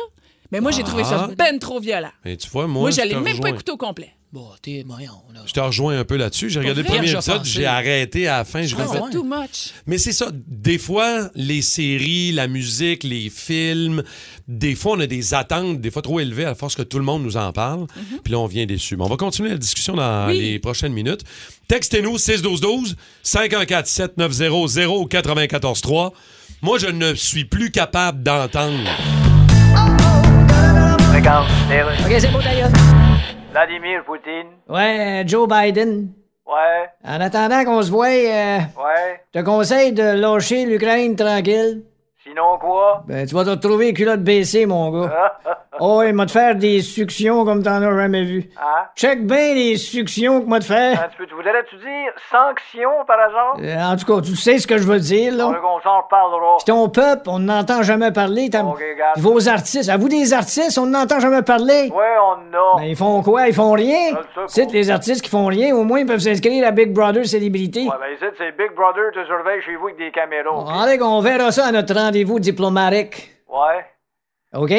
Speaker 2: Mais moi, j'ai trouvé ça
Speaker 3: Ah.
Speaker 2: ben trop violent.
Speaker 3: Mais tu vois, moi,
Speaker 2: Moi, je
Speaker 3: je
Speaker 2: l'ai
Speaker 3: te
Speaker 2: même pas
Speaker 3: rejoins.
Speaker 2: écouté au complet.
Speaker 1: Bon, t'es moyen. là.
Speaker 3: Je te rejoins un peu là-dessus. J'ai regardé le
Speaker 1: vrai,
Speaker 3: premier
Speaker 1: j'ai
Speaker 3: épisode,
Speaker 1: pensé.
Speaker 3: j'ai arrêté à la fin. j'ai
Speaker 2: Ah,
Speaker 3: refait-
Speaker 2: c'est too much.
Speaker 3: Mais c'est ça. Des fois, les séries, la musique, les films, des fois, on a des attentes, des fois trop élevées à force que tout le monde nous en parle. Puis là, on vient déçu. Mais on va continuer la discussion dans
Speaker 2: Oui.
Speaker 3: les prochaines minutes. Textez-nous 61212 514 7900 94 3. Moi, je ne suis plus capable d'entendre.
Speaker 5: OK, c'est beau, d'ailleurs.
Speaker 4: Vladimir Poutine.
Speaker 5: Ouais, euh, Joe Biden.
Speaker 4: Ouais,
Speaker 5: En attendant qu'on se voie, euh,
Speaker 4: ouais.
Speaker 5: je te conseille de lâcher l'Ukraine tranquille.
Speaker 4: Sinon quoi?
Speaker 5: Ben, tu vas te retrouver culotte baissée, mon gars. Oh, il m'a te faire des suctions comme t'en as jamais vu.
Speaker 4: Hein?
Speaker 5: Check bien les suctions que m'a te faire.
Speaker 4: Tu peux- tu voudrais-tu dire sanction par hasard?
Speaker 5: Euh, en tout cas, tu sais ce que je veux dire,
Speaker 4: On
Speaker 5: là.
Speaker 4: on s'en reparlera.
Speaker 5: Puis ton peuple, on n'entend jamais parler. t'as-
Speaker 4: Ok, regarde.
Speaker 5: Puis Vos artistes, à vous des artistes, on n'entend jamais parler.
Speaker 4: Ouais, on a.
Speaker 5: Ben, ils font quoi? Ils font rien?
Speaker 4: Je le sais
Speaker 5: C'est
Speaker 4: pas.
Speaker 5: les artistes qui font rien, au moins ils peuvent s'inscrire à Big Brother Célébrité.
Speaker 4: Ouais, ben ici, c'est Big Brother te surveille chez vous avec des caméras. ok?
Speaker 5: Allez, on verra ça à notre rendez-vous diplomatique.
Speaker 4: Ouais.
Speaker 5: OK?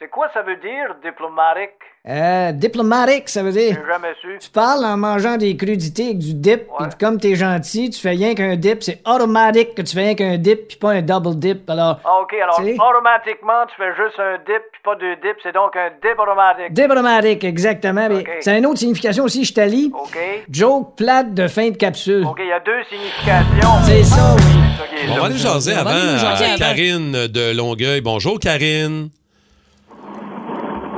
Speaker 4: C'est quoi ça veut dire, diplomatique?
Speaker 5: Euh, diplomatique, ça veut dire.
Speaker 4: J'ai jamais su.
Speaker 5: Tu parles en mangeant des crudités avec du dip,
Speaker 4: Ouais.
Speaker 5: puis comme t'es gentil, tu fais rien qu'un dip. C'est automatique que tu fais rien qu'un dip, puis pas un double dip. Alors,
Speaker 4: Ah, ok, alors
Speaker 5: Tu sais.
Speaker 4: automatiquement, tu fais juste un dip puis pas deux dips, c'est donc un dip automatique.
Speaker 5: diplomatique, exactement. Mais
Speaker 4: Ok.
Speaker 5: c'est une autre signification aussi, je t'allie.
Speaker 4: Ok?
Speaker 5: Joke plate de fin de capsule.
Speaker 4: Ok, il y a deux significations.
Speaker 5: C'est ça, oui.
Speaker 4: C'est ça qui est
Speaker 3: On va
Speaker 4: là.
Speaker 3: aller jaser
Speaker 1: On va
Speaker 3: avant
Speaker 1: aller nous jaser
Speaker 3: à
Speaker 1: avant.
Speaker 3: Karine de Longueuil. Bonjour, Karine.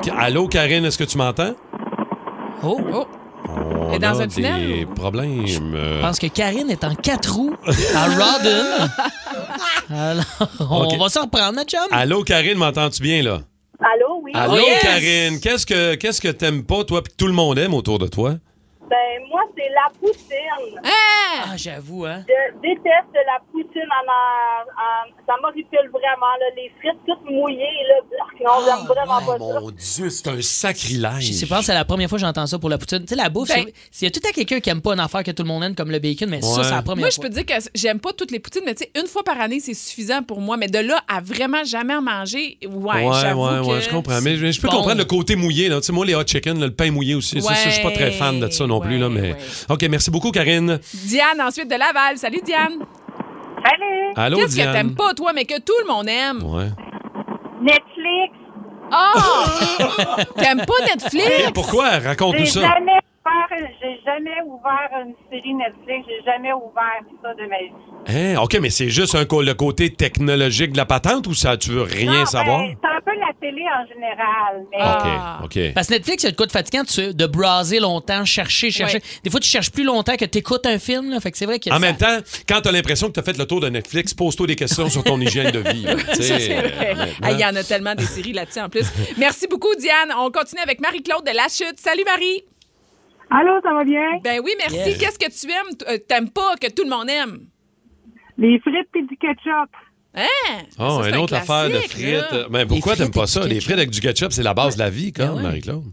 Speaker 3: Ca- Allô, Karine, est-ce que tu m'entends?
Speaker 1: Oh,
Speaker 2: Oh,
Speaker 3: On
Speaker 2: est dans
Speaker 3: a
Speaker 2: un tunnel,
Speaker 3: des problèmes.
Speaker 1: je
Speaker 3: euh,
Speaker 1: pense que Karine est en quatre roues à Rodden. Alors, on
Speaker 3: Ok.
Speaker 1: va s'en reprendre, notre chum.
Speaker 3: Allô, Karine, m'entends-tu bien, là?
Speaker 10: Allô, oui?
Speaker 6: Ah,
Speaker 3: Allô,
Speaker 1: Oh, yes!
Speaker 3: Karine, qu'est-ce que qu'est-ce que t'aimes pas, toi, puis que tout le monde aime autour de toi?
Speaker 10: Ben, moi, c'est la poutine.
Speaker 1: Ah, j'avoue, hein.
Speaker 10: Je déteste la poutine. en- en- en- ça m'horripile vraiment. Là, les frites toutes mouillées. Là. ah, Non,
Speaker 3: Ah,
Speaker 10: j'aime vraiment pas ça.
Speaker 3: Dieu, c'est un
Speaker 1: Je
Speaker 3: sacrilège.
Speaker 1: sais pas, c'est la première fois que j'entends ça pour la poutine. Tu sais, la bouffe,
Speaker 2: Ben-
Speaker 1: c'est- s'il y a tout à quelqu'un qui aime pas une affaire que tout le monde aime, comme le bacon, mais ça,
Speaker 3: Ouais.
Speaker 1: c'est la première
Speaker 2: Moi, je
Speaker 1: fois.
Speaker 2: peux dire que j'aime pas toutes les poutines, mais tu sais, une fois par année, c'est suffisant pour moi. Mais de là à vraiment jamais en manger, ouais,
Speaker 3: Ouais, ouais,
Speaker 2: j'avoue
Speaker 3: ouais,
Speaker 2: que
Speaker 3: je comprends. Mais je, je peux
Speaker 1: bon.
Speaker 3: comprendre le côté mouillé. Là. Tu sais, moi, les hot chicken, là, le pain mouillé aussi, ça, ça, je suis pas très fan de ça non plus. Là,
Speaker 2: Ouais,
Speaker 3: mais...
Speaker 2: ouais.
Speaker 3: OK, merci beaucoup, Karine.
Speaker 2: Diane, ensuite de Laval. Salut, Diane.
Speaker 10: Allez!
Speaker 3: Allô,
Speaker 2: Qu'est-ce que
Speaker 3: Diane.
Speaker 2: t'aimes pas, toi, mais que tout le monde aime?
Speaker 3: Ouais.
Speaker 10: Netflix!
Speaker 2: Ah! T'aimes pas Netflix?
Speaker 3: Et Eh, pourquoi? Raconte-nous
Speaker 10: J'ai
Speaker 3: ça.
Speaker 10: jamais ouvert, j'ai jamais ouvert une série Netflix, j'ai jamais ouvert ça de ma vie.
Speaker 3: Hein? OK, mais c'est juste un co- le côté technologique de la patente ou ça, tu veux rien
Speaker 10: Non,
Speaker 3: savoir?
Speaker 10: ben, c'est un peu la télé
Speaker 11: en général. Mais...
Speaker 3: Ah. OK, OK.
Speaker 1: Parce que Netflix, il y a de quoi de fatigant de, de browser longtemps, chercher, chercher.
Speaker 11: Ouais.
Speaker 1: Des fois, tu cherches plus longtemps que tu écoutes un film. là. Fait que c'est vrai que.
Speaker 3: En
Speaker 1: ça-
Speaker 3: même temps, quand t'as l'impression que t'as fait le tour de Netflix, pose-toi des questions sur ton hygiène de vie. là, tu sais,
Speaker 2: Ça, c'est vrai.
Speaker 3: euh, honnêtement.
Speaker 2: Ah, Il y en a tellement des séries là-dessus en plus. Merci beaucoup, Diane. On continue avec Marie-Claude de La Chute. Salut, Marie.
Speaker 11: Allô, ça va bien?
Speaker 2: Ben oui, merci.
Speaker 11: Yes.
Speaker 2: Qu'est-ce que tu aimes, t- euh, t'aimes pas, que tout le monde aime?
Speaker 11: Les frites et du ketchup.
Speaker 2: Hein?
Speaker 3: Oh,
Speaker 2: Ça, c'est
Speaker 3: une
Speaker 2: un
Speaker 3: autre affaire de
Speaker 2: classique,
Speaker 3: frites. euh,
Speaker 2: là.
Speaker 3: Mais pourquoi t'aimes pas ça? Les frites avec du ketchup, c'est la base de la vie,
Speaker 2: Ben
Speaker 3: comme, Marie-Claude.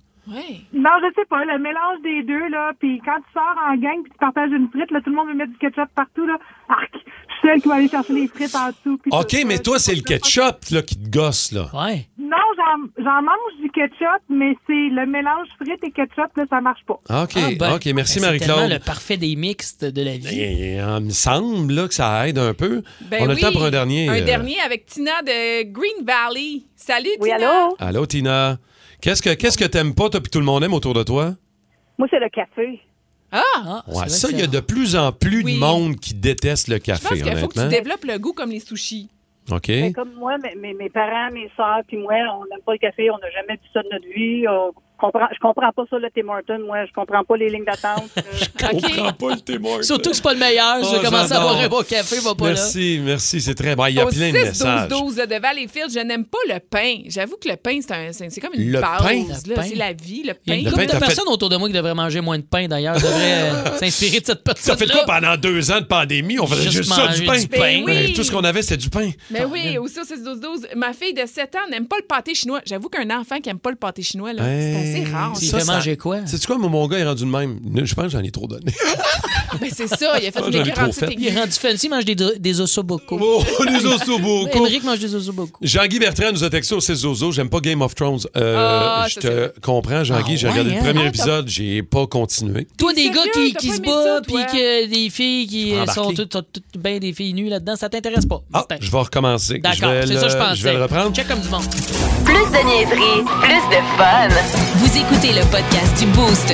Speaker 11: Non, je sais pas, le mélange des deux, là, puis quand tu sors en gang puis tu partages une frite, là, tout le monde veut mettre du ketchup partout, là. Arc! Je suis celle qui va aller chercher les frites en dessous. puis
Speaker 3: OK,
Speaker 11: tout ça.
Speaker 3: mais toi, c'est le ketchup là, qui te gosse, là.
Speaker 2: Ah,
Speaker 1: Ouais.
Speaker 11: Non, j'en- j'en mange du ketchup, mais c'est le mélange frites et ketchup, là, ça marche pas.
Speaker 3: OK,
Speaker 1: Ah, ben,
Speaker 3: OK, merci,
Speaker 1: ben, C'est tellement
Speaker 3: Marie-Claude.
Speaker 1: le parfait des mixtes de la vie.
Speaker 3: Et, euh, il me semble là, que ça aide un peu.
Speaker 2: Ben
Speaker 3: On a
Speaker 2: oui.
Speaker 3: le temps pour un dernier.
Speaker 2: Un
Speaker 3: euh,
Speaker 2: dernier avec Tina de Green Valley. Salut,
Speaker 10: Oui,
Speaker 2: Tina.
Speaker 10: allô?
Speaker 3: Allô, Tina. Qu'est-ce que qu'est-ce que t'aimes pas, toi, puis tout le monde aime autour de toi?
Speaker 10: Moi, c'est le café.
Speaker 2: Ah!
Speaker 3: Ouais, ça, il y a de plus en plus de monde qui déteste le
Speaker 2: Je pense
Speaker 3: café,
Speaker 2: qu'il faut que tu
Speaker 3: honnêtement.
Speaker 2: développes le goût comme les sushis.
Speaker 3: OK.
Speaker 10: Mais comme moi, mes, mes- mes parents, mes soeurs, puis moi, on n'aime pas le café, on n'a jamais vu ça de notre vie. On comprend, je comprends pas ça, le Tim Hortons, moi, je comprends pas les lignes d'attente.
Speaker 3: Je comprends pas le témoin.
Speaker 1: Surtout que c'est pas le meilleur.
Speaker 3: Oh,
Speaker 1: tu vas commencer à
Speaker 3: j'adore.
Speaker 1: boire un beau café, va pas là.
Speaker 3: Merci, merci, c'est très bon. Il y a
Speaker 2: Au
Speaker 3: plein de
Speaker 2: 6, 12,
Speaker 3: messages.
Speaker 2: 12 de Valleyfield, je n'aime pas le pain. J'avoue que le pain, c'est un- c'est c'est comme une
Speaker 3: Le
Speaker 2: base.
Speaker 3: pain?
Speaker 2: là.
Speaker 1: Le pain.
Speaker 2: C'est la vie, le
Speaker 1: Il y a
Speaker 2: pain.
Speaker 1: une
Speaker 3: Le
Speaker 1: couple
Speaker 3: pain,
Speaker 1: de
Speaker 3: t'as fait-
Speaker 1: personnes autour de moi qui devraient manger moins de pain, d'ailleurs. devraient euh, s'inspirer de cette petite
Speaker 3: Ça fait de quoi pendant deux ans de pandémie? On faisait
Speaker 1: Juste
Speaker 3: juste, ça,
Speaker 1: manger
Speaker 3: du pain.
Speaker 1: du pain.
Speaker 2: Ben oui.
Speaker 3: Tout ce qu'on avait, c'était du pain.
Speaker 2: Mais oui, aussi au 6-12-12, ma fille de 7 ans n'aime pas le pâté chinois. J'avoue qu'un enfant qui n'aime pas le pâté chinois, là, c'est assez rare.
Speaker 1: Il fait manger quoi?
Speaker 3: C'est quoi, mon- mon gars est rendu de même? Je pense que j'en ai trop donné.
Speaker 2: Mais ben, c'est ça, il a fait
Speaker 3: Ah,
Speaker 2: une
Speaker 3: j'en ai trop
Speaker 2: garantie
Speaker 3: fait.
Speaker 1: Il est rendu fancy, il mange des, des ossobuco.
Speaker 3: Oh, les ossobuco.
Speaker 1: Émeric mange des ossobuco.
Speaker 3: Jean-Guy Bertrand nous a texté au 6 Zozo. J'aime pas Game of Thrones. Euh,
Speaker 1: Ah,
Speaker 3: je
Speaker 1: ça,
Speaker 3: te comprends, Jean-Guy.
Speaker 1: Ah,
Speaker 3: j'ai regardé
Speaker 1: ouais,
Speaker 3: le premier
Speaker 1: hein?
Speaker 3: épisode, j'ai pas continué.
Speaker 1: Toi, des
Speaker 2: T'es
Speaker 1: gars
Speaker 2: sérieux?
Speaker 1: qui,
Speaker 2: T'as
Speaker 1: qui
Speaker 2: pas
Speaker 1: se
Speaker 2: aimé ça,
Speaker 1: battent puis
Speaker 2: toi?
Speaker 1: que des filles qui euh, sont
Speaker 3: Embarqué.
Speaker 1: toutes, toutes- toutes bien des filles nues là-dedans, ça t'intéresse pas. ben,
Speaker 3: Ah, je vais recommencer.
Speaker 1: D'accord,
Speaker 3: vais
Speaker 1: c'est
Speaker 3: le-
Speaker 1: ça que je pensais.
Speaker 3: Je vais le reprendre.
Speaker 1: Check comme du monde.
Speaker 7: Plus de niaiserie, plus de fun. Vous écoutez le podcast du Boost.